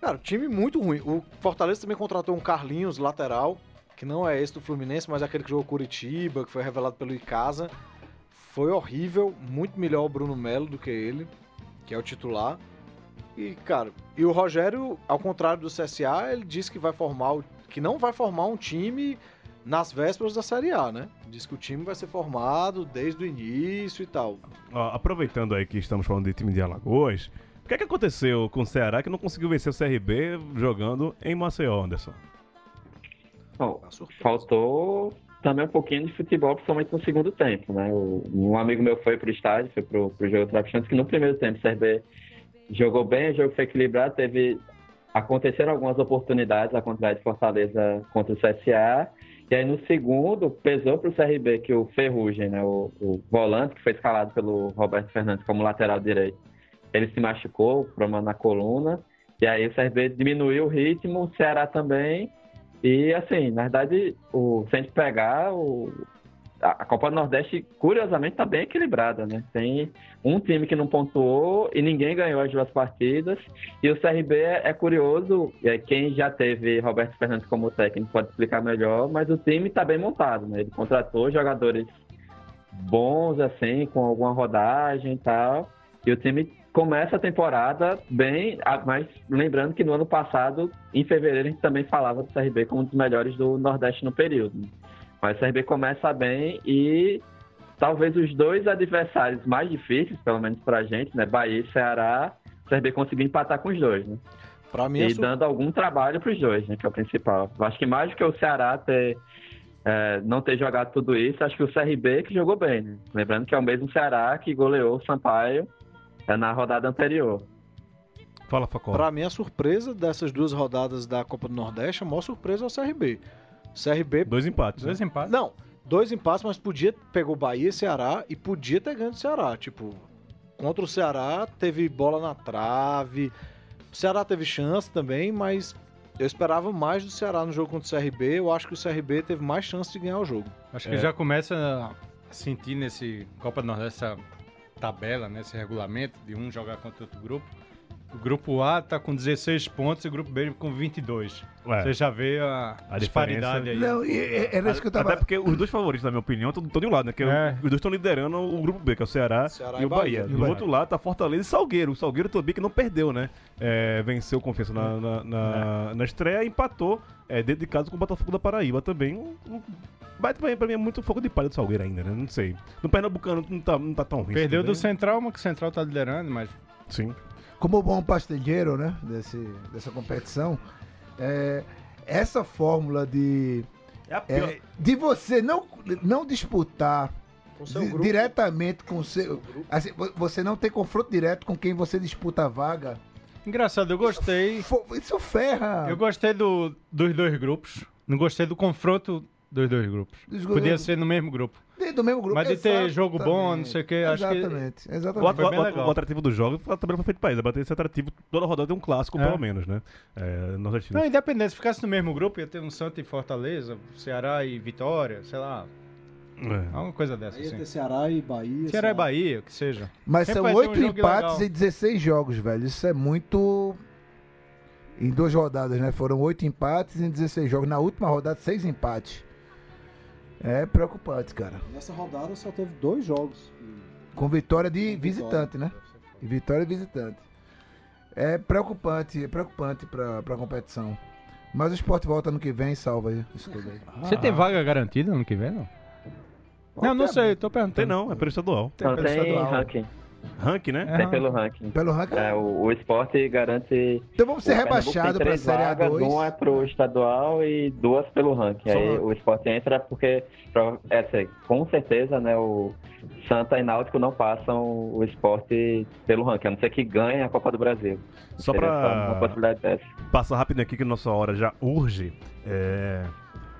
Speaker 8: Cara, time muito ruim. O Fortaleza também contratou um Carlinhos lateral, que não é esse do Fluminense, mas é aquele que jogou Curitiba, que foi revelado pelo Icasa. Foi horrível, muito melhor o Bruno Melo do que ele, que é o titular. E, cara, e o Rogério, ao contrário do CSA, ele disse que vai formar, o- que não vai formar um time nas vésperas da Série A, né? Diz que o time vai ser formado desde o início e tal.
Speaker 2: Ó, aproveitando aí que estamos falando de time de Alagoas, o que é que aconteceu com o Ceará que não conseguiu vencer o CRB jogando em Maceió, Anderson?
Speaker 3: Bom,
Speaker 8: Uma surpresa.
Speaker 3: faltou também um pouquinho de futebol, principalmente no segundo tempo, né? O- Um amigo meu foi pro estádio, foi pro, pro jogo do Trapichante, que no primeiro tempo o CRB jogou bem, o jogo foi equilibrado, teve... Aconteceram algumas oportunidades, ao contrário de Fortaleza contra o CSA, e aí no segundo pesou pro CRB que o Ferrugem, né, o, o volante que foi escalado pelo Roberto Fernandes como lateral direito, ele se machucou, problema na coluna, e aí o CRB diminuiu o ritmo, o Ceará também, e assim, na verdade, o, se a gente pegar, o, a a Copa do Nordeste, curiosamente, está bem equilibrada, né? Tem um time que não pontuou e ninguém ganhou as duas partidas. E o CRB é, é curioso, e aí quem já teve Roberto Fernandes como técnico pode explicar melhor, mas o time está bem montado, né? Ele contratou jogadores bons, assim, com alguma rodagem e tal. E o time começa a temporada bem, ah, mas lembrando que no ano passado, em fevereiro, a gente também falava do CRB como um dos melhores do Nordeste no período. Mas o CRB começa bem e talvez os dois adversários mais difíceis, pelo menos pra gente, né? Bahia e Ceará, o CRB conseguiu empatar com os dois, né?
Speaker 8: Pra mim, é a
Speaker 3: E
Speaker 8: sur-
Speaker 3: dando algum trabalho pros dois, né? Que é o principal. Eu Acho que mais do que o Ceará ter, é, não ter jogado tudo isso, acho que o CRB que jogou bem, né? Lembrando que é o mesmo Ceará que goleou o Sampaio é, na rodada anterior.
Speaker 2: Fala, Facol.
Speaker 8: Pra mim, a surpresa dessas duas rodadas da Copa do Nordeste, a maior surpresa é o CRB. CRB.
Speaker 2: Dois empates. né?
Speaker 4: Dois empates.
Speaker 8: Não, dois empates, mas podia. Pegou Bahia e Ceará e podia ter ganho do Ceará. Tipo, contra o Ceará, teve bola na trave. O Ceará teve chance também, mas eu esperava mais do Ceará no jogo contra o CRB. Eu acho que o CRB teve mais chance de ganhar o jogo.
Speaker 4: Acho que
Speaker 2: É.
Speaker 4: já começa a sentir nesse Copa do Nordeste essa tabela, né, esse regulamento de um jogar contra outro grupo. O grupo A tá com 16 pontos e o grupo B com 22.
Speaker 2: Ué,
Speaker 4: Você já vê a,
Speaker 2: É. A
Speaker 4: disparidade aí. né?
Speaker 5: Não, e- e- era isso que eu tava.
Speaker 2: Até porque os dois favoritos, na minha opinião, estão de um lado, né? Que é o-
Speaker 4: É.
Speaker 2: Os dois estão liderando o grupo B, que é o Ceará,
Speaker 8: Ceará
Speaker 2: e
Speaker 8: e
Speaker 2: o Bahia.
Speaker 8: Bahia.
Speaker 2: Do outro lado tá Fortaleza e Salgueiro. O Salgueiro também que não perdeu, né? É, venceu, confesso, na, na,
Speaker 4: É.
Speaker 2: na, na estreia, empatou é, dentro de casa com o Botafogo da Paraíba também. Um- um- Mas pra mim, pra mim é muito fogo de palha do Salgueiro ainda, né? Não sei. No Pernambucano não tá, não tá tão ruim.
Speaker 4: Perdeu do
Speaker 2: também.
Speaker 4: Central, mas que o Central tá liderando, mas
Speaker 2: Sim.
Speaker 5: como bom pastelheiro né, desse, dessa competição, é, essa fórmula de,
Speaker 2: É a
Speaker 5: é,
Speaker 2: pior.
Speaker 5: de você não, não disputar
Speaker 8: Com
Speaker 5: di- diretamente com o seu. assim, vo- você não ter confronto direto com quem você disputa a vaga.
Speaker 4: engraçado, eu gostei.
Speaker 5: fo- Isso ferra.
Speaker 4: Eu gostei do- dos dois grupos. Não gostei do confronto dos dois grupos.
Speaker 5: Dos go-
Speaker 4: Podia ser no mesmo grupo.
Speaker 5: de- do mesmo grupo.
Speaker 4: Mas de ter jogo bom, não sei o quê, acho que-
Speaker 5: Exatamente.
Speaker 2: O,
Speaker 5: Exatamente.
Speaker 2: at-
Speaker 4: Foi bem
Speaker 2: o-
Speaker 4: legal.
Speaker 2: o atrativo do jogo também foi feito pra isso. Bater esse atrativo toda rodada tem um clássico,
Speaker 4: É.
Speaker 2: pelo menos, né? É, nordestino.
Speaker 4: Não, independente, se ficasse no mesmo grupo, ia ter um Santa e Fortaleza, Ceará e Vitória, sei lá,
Speaker 2: É.
Speaker 4: alguma coisa dessa assim.
Speaker 8: Ceará e Bahia.
Speaker 4: Ceará e Bahia, que seja.
Speaker 5: Mas
Speaker 4: Sempre
Speaker 5: são
Speaker 4: vai ser um
Speaker 5: oito
Speaker 4: jogo
Speaker 5: empates
Speaker 4: legal.
Speaker 5: em 16 jogos, velho. Isso é muito. em duas rodadas, né? Foram oito empates em 16 jogos. Na última rodada, seis empates. É preocupante, cara.
Speaker 9: Nessa rodada só teve dois jogos.
Speaker 5: Com vitória de visitante, né? E Vitória e visitante. É preocupante, é preocupante pra, pra competição. Mas o esporte volta ano que vem e salva aí isso tudo aí.
Speaker 4: Você
Speaker 2: Ah,
Speaker 4: tem vaga garantida ano que vem, não? Não, não sei, tô
Speaker 2: Tem
Speaker 4: perguntando.
Speaker 2: não, é pelo estadual.
Speaker 5: Tem
Speaker 3: Não
Speaker 5: pelo
Speaker 3: Então tem
Speaker 5: estadual. né?
Speaker 3: ranking.
Speaker 2: Ranking, né?
Speaker 3: Tem pelo ranking.
Speaker 5: Pelo ranking.
Speaker 3: É, o, o esporte garante.
Speaker 5: Então vamos ser
Speaker 3: o Pernambuco
Speaker 5: rebaixados
Speaker 3: tem
Speaker 5: pra
Speaker 3: três
Speaker 5: Série
Speaker 3: vagas, Uma é
Speaker 5: A2.
Speaker 3: pro estadual e duas pelo ranking.
Speaker 5: Só
Speaker 3: Aí
Speaker 5: ranking.
Speaker 3: o esporte entra porque, prova- é, assim, com certeza, né, o Santa e Náutico não passam o esporte pelo ranking, a não ser que ganhe a Copa do Brasil.
Speaker 2: Só
Speaker 3: Seria então, uma
Speaker 2: pra
Speaker 3: possibilidade dessa.
Speaker 2: passar rápido aqui que nossa hora já urge. É...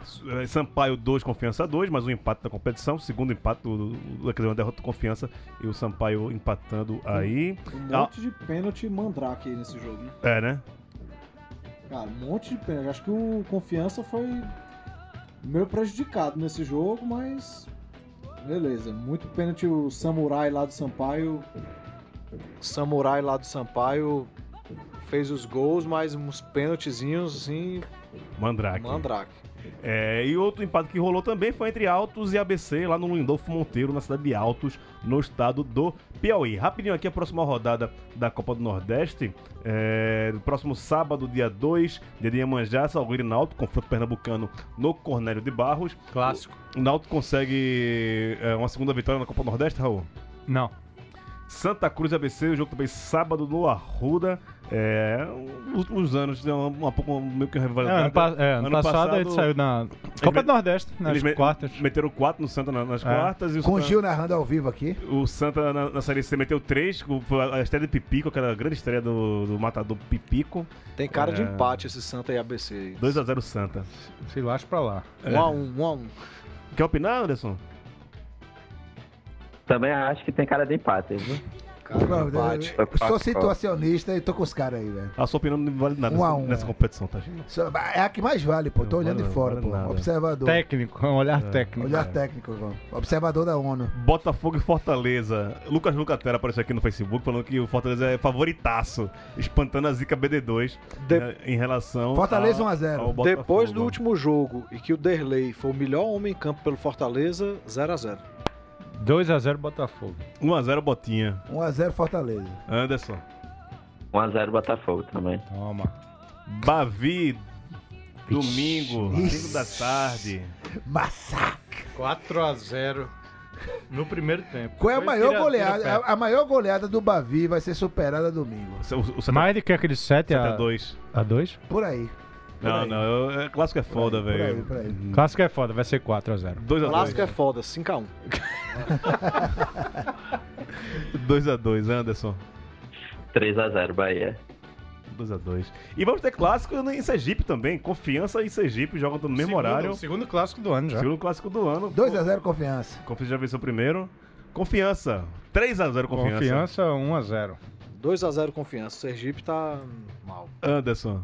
Speaker 2: S- Sampaio 2, Confiança 2, mas um empate da competição. Segundo empate, do, do, quer dizer, uma derrota do Confiança e o Sampaio empatando aí.
Speaker 9: Um
Speaker 2: Ah.
Speaker 9: monte de pênalti mandrake aí nesse jogo, né?
Speaker 2: É, né?
Speaker 9: Cara, um monte de pênalti. Acho que o Confiança foi meio prejudicado nesse jogo, mas. Beleza, muito pênalti o Samurai lá do Sampaio.
Speaker 8: Samurai lá do Sampaio fez os gols, mas uns pênaltizinhos assim,
Speaker 2: Mandrake.
Speaker 8: mandrake.
Speaker 2: É, e outro empate que rolou também foi entre Altos e ABC, lá no Lindolfo Monteiro, na cidade de Altos, no estado do Piauí. Rapidinho aqui a próxima rodada da Copa do Nordeste. É, no próximo sábado, dia 2, dia de Iemanjá, Salgueiro e Náutico, confronto pernambucano no Cornélio de Barros.
Speaker 4: Clássico.
Speaker 2: O Náutico consegue é, uma segunda vitória na Copa do Nordeste, Raul?
Speaker 4: Não.
Speaker 2: Santa Cruz e ABC, o jogo também sábado no Arruda. É, os últimos anos, é uma, uma pouco meio que
Speaker 4: É, ano,
Speaker 2: rivalidade.
Speaker 4: pa- é, ano
Speaker 2: Ano
Speaker 4: passado,
Speaker 2: passado,
Speaker 4: a gente saiu na Copa
Speaker 2: met-
Speaker 4: do Nordeste, nas
Speaker 2: Eles me-
Speaker 4: quartas.
Speaker 2: Meteram 4 no Santa na- nas
Speaker 4: É.
Speaker 2: quartas e o
Speaker 5: Com o
Speaker 2: Santa,
Speaker 5: Gil narrando ao vivo aqui.
Speaker 2: o Santa na, na Série C meteu 3, a estreia de Pipico, aquela grande estreia do, do matador Pipico.
Speaker 8: Tem cara de
Speaker 2: É.
Speaker 8: empate esse Santa e ABC aí.
Speaker 2: 2x0 Santa.
Speaker 4: Se lasca pra lá.
Speaker 8: 1x1, 1x1.
Speaker 2: Quer opinar, Anderson?
Speaker 3: Também acho que tem cara de empate, viu?
Speaker 5: Não,
Speaker 8: Cara de empate.
Speaker 5: eu- eu Sou situacionista e tô com os caras aí, velho.
Speaker 2: A sua opinião não vale nada
Speaker 5: Um a
Speaker 2: nessa,
Speaker 5: um,
Speaker 2: nessa
Speaker 5: é.
Speaker 2: competição, tá, gente?
Speaker 5: Sou- É a que mais vale, pô. Tô
Speaker 2: Não
Speaker 5: olhando
Speaker 2: vale não,
Speaker 5: de fora,
Speaker 2: vale
Speaker 5: pô.
Speaker 2: nada.
Speaker 5: Observador.
Speaker 4: Técnico, um olhar técnico.
Speaker 5: É. Olhar
Speaker 2: né?
Speaker 5: técnico, irmão. Observador da ONU.
Speaker 2: Botafogo e Fortaleza. Lucas Lucatera apareceu aqui no Facebook falando que o Fortaleza é favoritaço, espantando a Zica BD2
Speaker 8: De-
Speaker 2: né, em relação.
Speaker 5: Fortaleza
Speaker 2: ao-
Speaker 5: 1x0.
Speaker 2: ao Botafogo.
Speaker 8: Depois do último jogo e que o Derlei foi o melhor homem em campo pelo Fortaleza, 0x0.
Speaker 4: 2x0 Botafogo.
Speaker 2: 1x0 Botinha.
Speaker 5: 1x0 Fortaleza.
Speaker 2: Anderson.
Speaker 3: 1x0 Botafogo também.
Speaker 4: Toma.
Speaker 2: Bavi. Domingo, 5 da tarde.
Speaker 5: Massa!
Speaker 4: 4x0 no primeiro tempo.
Speaker 5: Qual é a
Speaker 4: Foi
Speaker 5: maior
Speaker 4: tira-
Speaker 5: goleada? É
Speaker 4: tira
Speaker 5: a, a maior goleada do Bavi vai ser superada domingo.
Speaker 2: O, o, o
Speaker 4: pé.
Speaker 2: Santa
Speaker 4: tá- Mais do que aquele 7 a 2
Speaker 2: 2.
Speaker 4: a 2
Speaker 5: Por aí. Por
Speaker 2: Não,
Speaker 5: aí.
Speaker 2: não, eu- é, clássico é foda,
Speaker 5: por aí,
Speaker 2: velho.
Speaker 5: por aí.
Speaker 4: Clássico é foda, vai ser 4x0.
Speaker 2: 2x2.
Speaker 8: Clássico é foda, 5x1.
Speaker 2: 2x2, né, Anderson.
Speaker 3: 3x0 Bahia.
Speaker 2: 2x2. E vamos ter clássico em Sergipe também. Confiança e Sergipe jogam no mesmo horário.
Speaker 4: Segundo clássico do ano já.
Speaker 2: Segundo clássico do ano.
Speaker 5: 2x0 confiança.
Speaker 2: Confiança já venceu primeiro. Confiança. 3x0 confiança.
Speaker 4: Confiança 1x0.
Speaker 8: 2x0 confiança. O Sergipe tá mal.
Speaker 2: Anderson.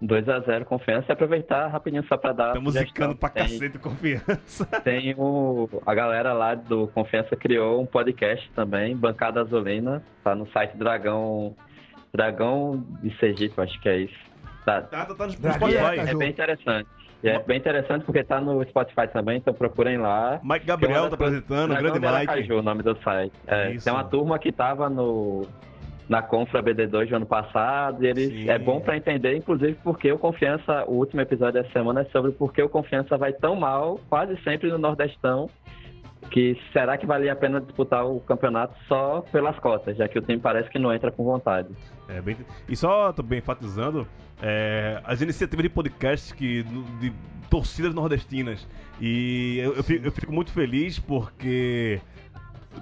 Speaker 3: 2x0 confiança e aproveitar rapidinho só pra dar.
Speaker 2: Tá
Speaker 3: a
Speaker 2: musicando
Speaker 3: sugestão.
Speaker 2: pra
Speaker 3: Tem-
Speaker 2: cacete confiança.
Speaker 3: Tem o, a galera lá do Confiança criou um podcast também, Bancada Azulina, tá no site Dragão Dragão de Sergipe, acho que é isso. Tá,
Speaker 2: Tá, tá, tá no
Speaker 5: Bragueta,
Speaker 2: Spotify.
Speaker 3: é bem interessante. E é bem interessante porque tá no Spotify também, então procurem lá.
Speaker 2: Mike Gabriel tá apresentando,
Speaker 3: Dragão
Speaker 2: grande
Speaker 3: de Aracaju,
Speaker 2: Mike.
Speaker 3: o nome do site. É,
Speaker 2: Isso.
Speaker 3: tem uma turma que tava no na Confra BD2 do ano passado, e eles
Speaker 2: Sim.
Speaker 3: é bom pra entender, inclusive, porque o Confiança, o último episódio dessa semana é sobre por que o Confiança vai tão mal, quase sempre no Nordestão, que será que valia a pena disputar o campeonato só pelas cotas, já que o time parece que não entra com vontade.
Speaker 2: É, bem... E só também enfatizando, é, as iniciativas de podcast que, de torcidas nordestinas. E eu, eu fico, eu fico muito feliz porque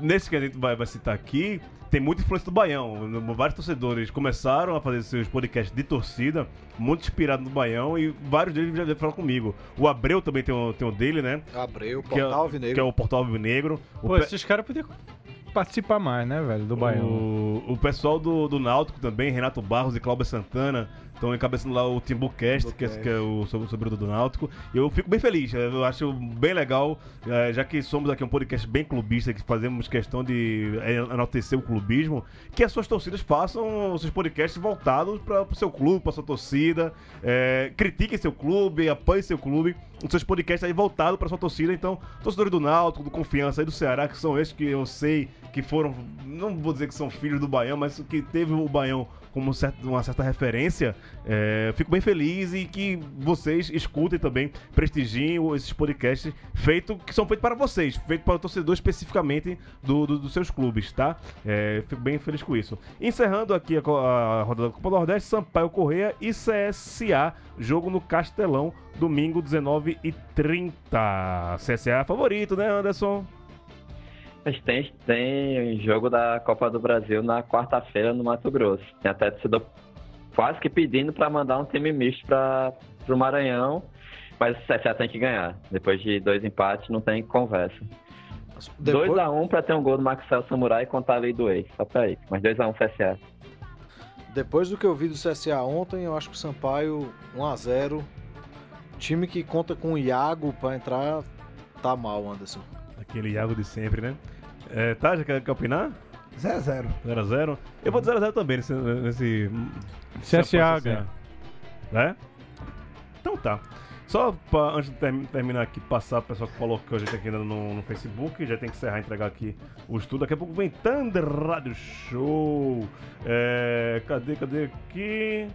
Speaker 2: nesse que a gente vai, vai citar aqui, tem muita influência do Baião. Vários torcedores começaram a fazer seus podcasts de torcida, muito inspirado no Baião, e vários deles já vieram falar comigo. O Abreu também tem o, tem o dele, né?
Speaker 8: Abreu,
Speaker 2: Que é,
Speaker 8: Portal Alvinegro.
Speaker 2: que é o Portal Negro. O,
Speaker 4: Pô,
Speaker 2: pe-
Speaker 4: esses caras podiam participar mais, né, velho, do Baiano.
Speaker 2: o, o pessoal do, do Náutico também, Renato Barros e Cláudio Santana, Estão encabeçando lá o Timbucast, que, é- que é o sobre, sobre o do Náutico. E eu fico bem feliz, é, eu acho bem legal, eh, já que somos aqui um podcast bem clubista, que fazemos questão de eh, enaltecer o clubismo, que as suas torcidas façam os seus podcasts voltados para o seu clube, para sua torcida. eh, critiquem seu clube, apoiem seu clube. Os seus podcasts aí voltados para sua torcida. Então, torcedores do Náutico, do Confiança aí do Ceará, que são esses que eu sei que foram, não vou dizer que são filhos do Baião, mas que teve o Baião como um certo- uma certa referência, é, fico bem feliz e que vocês escutem também, prestigiem o- esses podcasts feito, que são feitos para vocês, feitos para o torcedor especificamente do, do- dos seus clubes, tá? É, fico bem feliz com isso. Encerrando aqui a, co- a rodada da Copa Nordeste, Sampaio Correia e CSA, jogo no Castelão, domingo 19h30. CSA favorito, né, Anderson?
Speaker 3: Mas tem, tem jogo da Copa do Brasil na quarta-feira no Mato Grosso. Tem até sido quase que pedindo para mandar um time misto para o Maranhão, mas o CSA tem que ganhar. Depois de dois empates, não tem conversa. 2x1 para ter um gol do Maxwell Samurai e contar a lei do ex. Só pra isso. Mas 2x1 CSA.
Speaker 8: Depois do que eu vi do CSA ontem, eu acho que o Sampaio 1x0. Time que conta com o Iago pra entrar, tá mal, Anderson.
Speaker 2: Aquele Iago de sempre, né? É, tá, já quer, quer opinar?
Speaker 5: 0x0.
Speaker 2: 0x0. Eu vou de 0x0 também nesse. nesse
Speaker 4: CSA
Speaker 2: nessa
Speaker 4: ganha.
Speaker 2: Né? Então tá. Só pra, antes de termi- terminar aqui, passar pro pessoal que falou que a gente aqui ainda no, no Facebook, já tem que encerrar e entregar aqui o estudo. Daqui a pouco vem Thunder Radio Show. É, cadê, cadê aqui?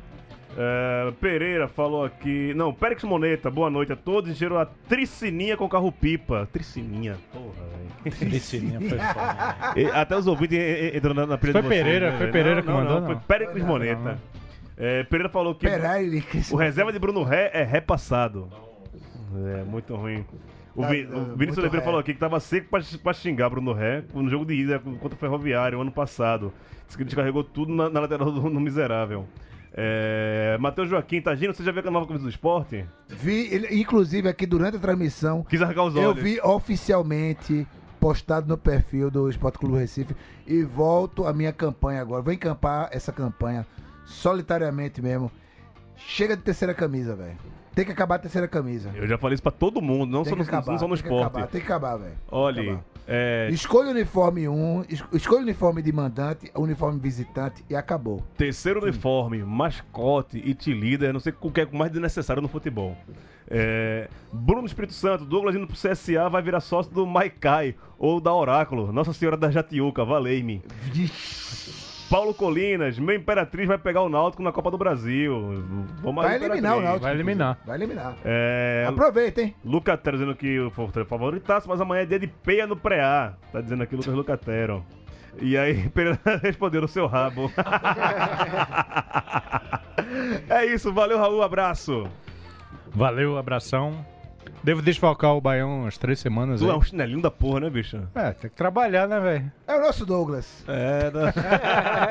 Speaker 2: É, Pereira falou aqui. Não, Périx Moneta, boa noite a todos. Encheram a tricininha com carro-pipa. Tricininha, porra, velho.
Speaker 4: Tricininha, foi
Speaker 2: E Até os ouvintes en- en- entrando na, na pilha
Speaker 4: Foi
Speaker 2: de vocês,
Speaker 4: Pereira,
Speaker 2: né,
Speaker 4: foi
Speaker 2: velho?
Speaker 4: Pereira
Speaker 2: não,
Speaker 4: que
Speaker 2: não,
Speaker 4: mandou,
Speaker 2: Não,
Speaker 4: não.
Speaker 2: foi Péricles Moneta. É, Pereira falou que o reserva de Bruno Ré é repassado. É, muito ruim. O,
Speaker 5: Tá,
Speaker 2: Vi,
Speaker 5: tá,
Speaker 2: o Vinícius
Speaker 5: muito
Speaker 2: Oliveira
Speaker 5: ré.
Speaker 2: falou aqui que tava seco pra, pra xingar Bruno Ré no jogo de ida contra o Ferroviário ano passado. Diz que ele descarregou tudo na, na lateral do, do Miserável. É, Matheus Joaquim, Tagino, você já viu a nova camisa do esporte?
Speaker 5: Vi, ele- inclusive aqui durante a transmissão,
Speaker 2: Quis arrancar os
Speaker 5: eu
Speaker 2: olhos.
Speaker 5: vi oficialmente postado no perfil do Esporte Clube Recife e volto à minha campanha agora. Vou encampar essa campanha solitariamente mesmo. Chega de terceira camisa, velho. Tem que acabar a terceira camisa.
Speaker 2: Eu já falei isso pra todo mundo, não,
Speaker 5: Tem
Speaker 2: só
Speaker 5: que
Speaker 2: no,
Speaker 5: acabar,
Speaker 2: não só no
Speaker 5: tem que
Speaker 2: esporte.
Speaker 5: acabar, tem que acabar, velho.
Speaker 2: Olha, é,
Speaker 5: Escolha o uniforme 1, es- escolha o uniforme de mandante, o uniforme visitante e acabou.
Speaker 2: Terceiro uniforme, mascote e te líder, não sei o que é mais desnecessário no futebol. É, Bruno Espírito Santo, Douglas indo pro CSA, vai virar sócio do Maikai ou da Oráculo. Nossa Senhora da Jatiuca, valei-me. Paulo Colinas, meu Imperatriz vai pegar o Náutico na Copa do Brasil. Vamos
Speaker 5: Vai
Speaker 2: aí,
Speaker 5: eliminar o
Speaker 2: Imperatriz.
Speaker 5: Náutico.
Speaker 4: Vai eliminar.
Speaker 5: Vai eliminar.
Speaker 2: É,
Speaker 5: Aproveita, hein?
Speaker 2: Lucatero dizendo que o Fortaleza é favoritaço, mas amanhã é dia de peia no pré-A. Tá dizendo aqui o Lucas Lucatero. E aí, Pereira respondeu o seu rabo. é isso, valeu, Raul, abraço.
Speaker 4: Valeu, abração. Devo desfalcar o Baião umas três semanas.
Speaker 2: Tu é
Speaker 4: aí.
Speaker 2: um chinelinho da porra, né, bicho?
Speaker 4: É, tem que trabalhar, né, velho?
Speaker 5: É o nosso Douglas.
Speaker 2: É,
Speaker 4: né?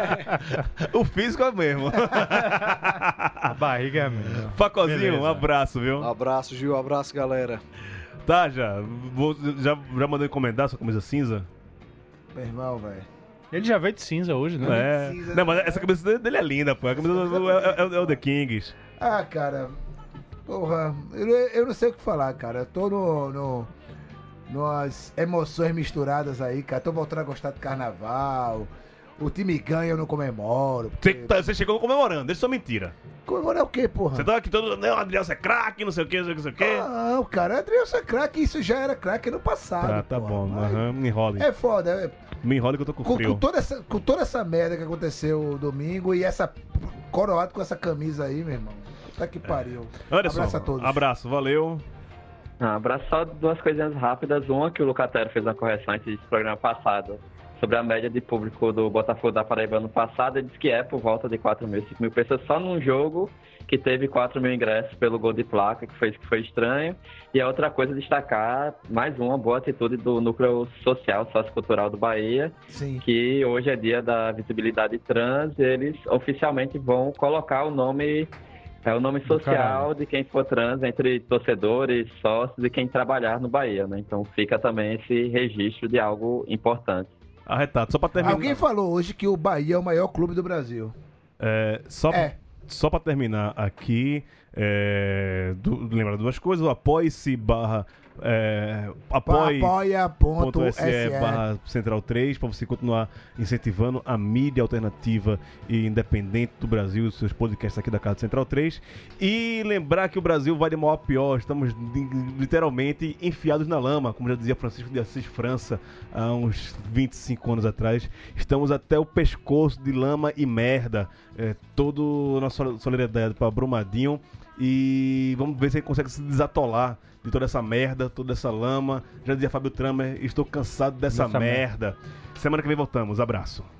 Speaker 2: o físico é mesmo.
Speaker 4: A barriga é mesmo.
Speaker 2: Pacozinho, um
Speaker 4: Beleza.
Speaker 2: abraço, viu?
Speaker 8: Um abraço, Gil. Um abraço, galera.
Speaker 2: Tá, já. Vou- já, já mandou encomendar sua camisa cinza?
Speaker 5: Meu irmão, velho.
Speaker 4: Ele já veio de cinza hoje, né?
Speaker 2: É.
Speaker 5: cinza,
Speaker 2: Não, mas essa camisa dele é linda, pô. A camisa do- é, é- é o The Kings.
Speaker 5: Ah, cara. Porra, eu, eu não sei o que falar, cara. Eu tô no, no, nas emoções misturadas aí, cara. Tô voltando a gostar de carnaval. O time ganha, eu não comemoro.
Speaker 2: Você,
Speaker 5: Porque...
Speaker 2: tá- você chegou comemorando, isso é mentira.
Speaker 5: Comemorar o quê, porra?
Speaker 2: Você tava aqui todo. Não, Adriano, você é craque, não sei o que, não sei o que, não sei o que.
Speaker 5: Não, cara, Adriano é craque, isso já era craque no passado.
Speaker 2: Tá, tá
Speaker 5: Ah, porra.
Speaker 2: bom,
Speaker 5: Mas
Speaker 2: aham, me enrole.
Speaker 5: É foda, é
Speaker 2: Me enrole que eu tô com
Speaker 5: com, com
Speaker 2: frio.
Speaker 5: toda essa, com toda essa merda que aconteceu domingo e essa coroado com essa camisa aí, meu irmão. Tá que pariu.
Speaker 2: É. Anderson,
Speaker 5: abraço a todos.
Speaker 2: Abraço, valeu.
Speaker 3: Ah, abraço só duas coisinhas rápidas. Uma que o Lucatero fez uma correção antes do programa passado sobre a média de público do Botafogo da Paraíba ano passado. Ele disse que é por volta de 4 mil, 5 mil pessoas só num jogo que teve 4 mil ingressos pelo gol de placa, que foi isso que foi estranho. E a outra coisa, destacar mais uma boa atitude do núcleo social, sociocultural do Bahia,
Speaker 5: Sim.
Speaker 3: que hoje é dia da visibilidade trans, eles oficialmente vão colocar o nome é o nome social
Speaker 4: caralho.
Speaker 3: de quem for trans entre torcedores, sócios e quem trabalhar no Bahia, né? Então fica também esse registro de algo importante.
Speaker 2: Arretado, só pra terminar.
Speaker 5: Alguém falou hoje que o Bahia é o maior clube do Brasil.
Speaker 2: É, só,
Speaker 5: É.
Speaker 2: só pra terminar aqui, é, du- lembrar duas coisas, o apoie-se barra é, apoie-
Speaker 5: Apoia.se.
Speaker 2: .se barra Central 3 para você continuar incentivando a mídia alternativa e independente do Brasil, os seus podcasts aqui da Casa Central 3. E lembrar que o Brasil vai de mal a pior, estamos li- literalmente enfiados na lama, como já dizia Francisco de Assis França há uns 25 anos atrás. Estamos até o pescoço de lama e merda. É, toda a nossa solidariedade para Brumadinho. E vamos ver se ele consegue se desatolar de toda essa merda, toda essa lama. Já dizia Fábio Tramer, estou cansado dessa
Speaker 4: Dessa merda.
Speaker 2: merda. Semana que vem voltamos. Abraço.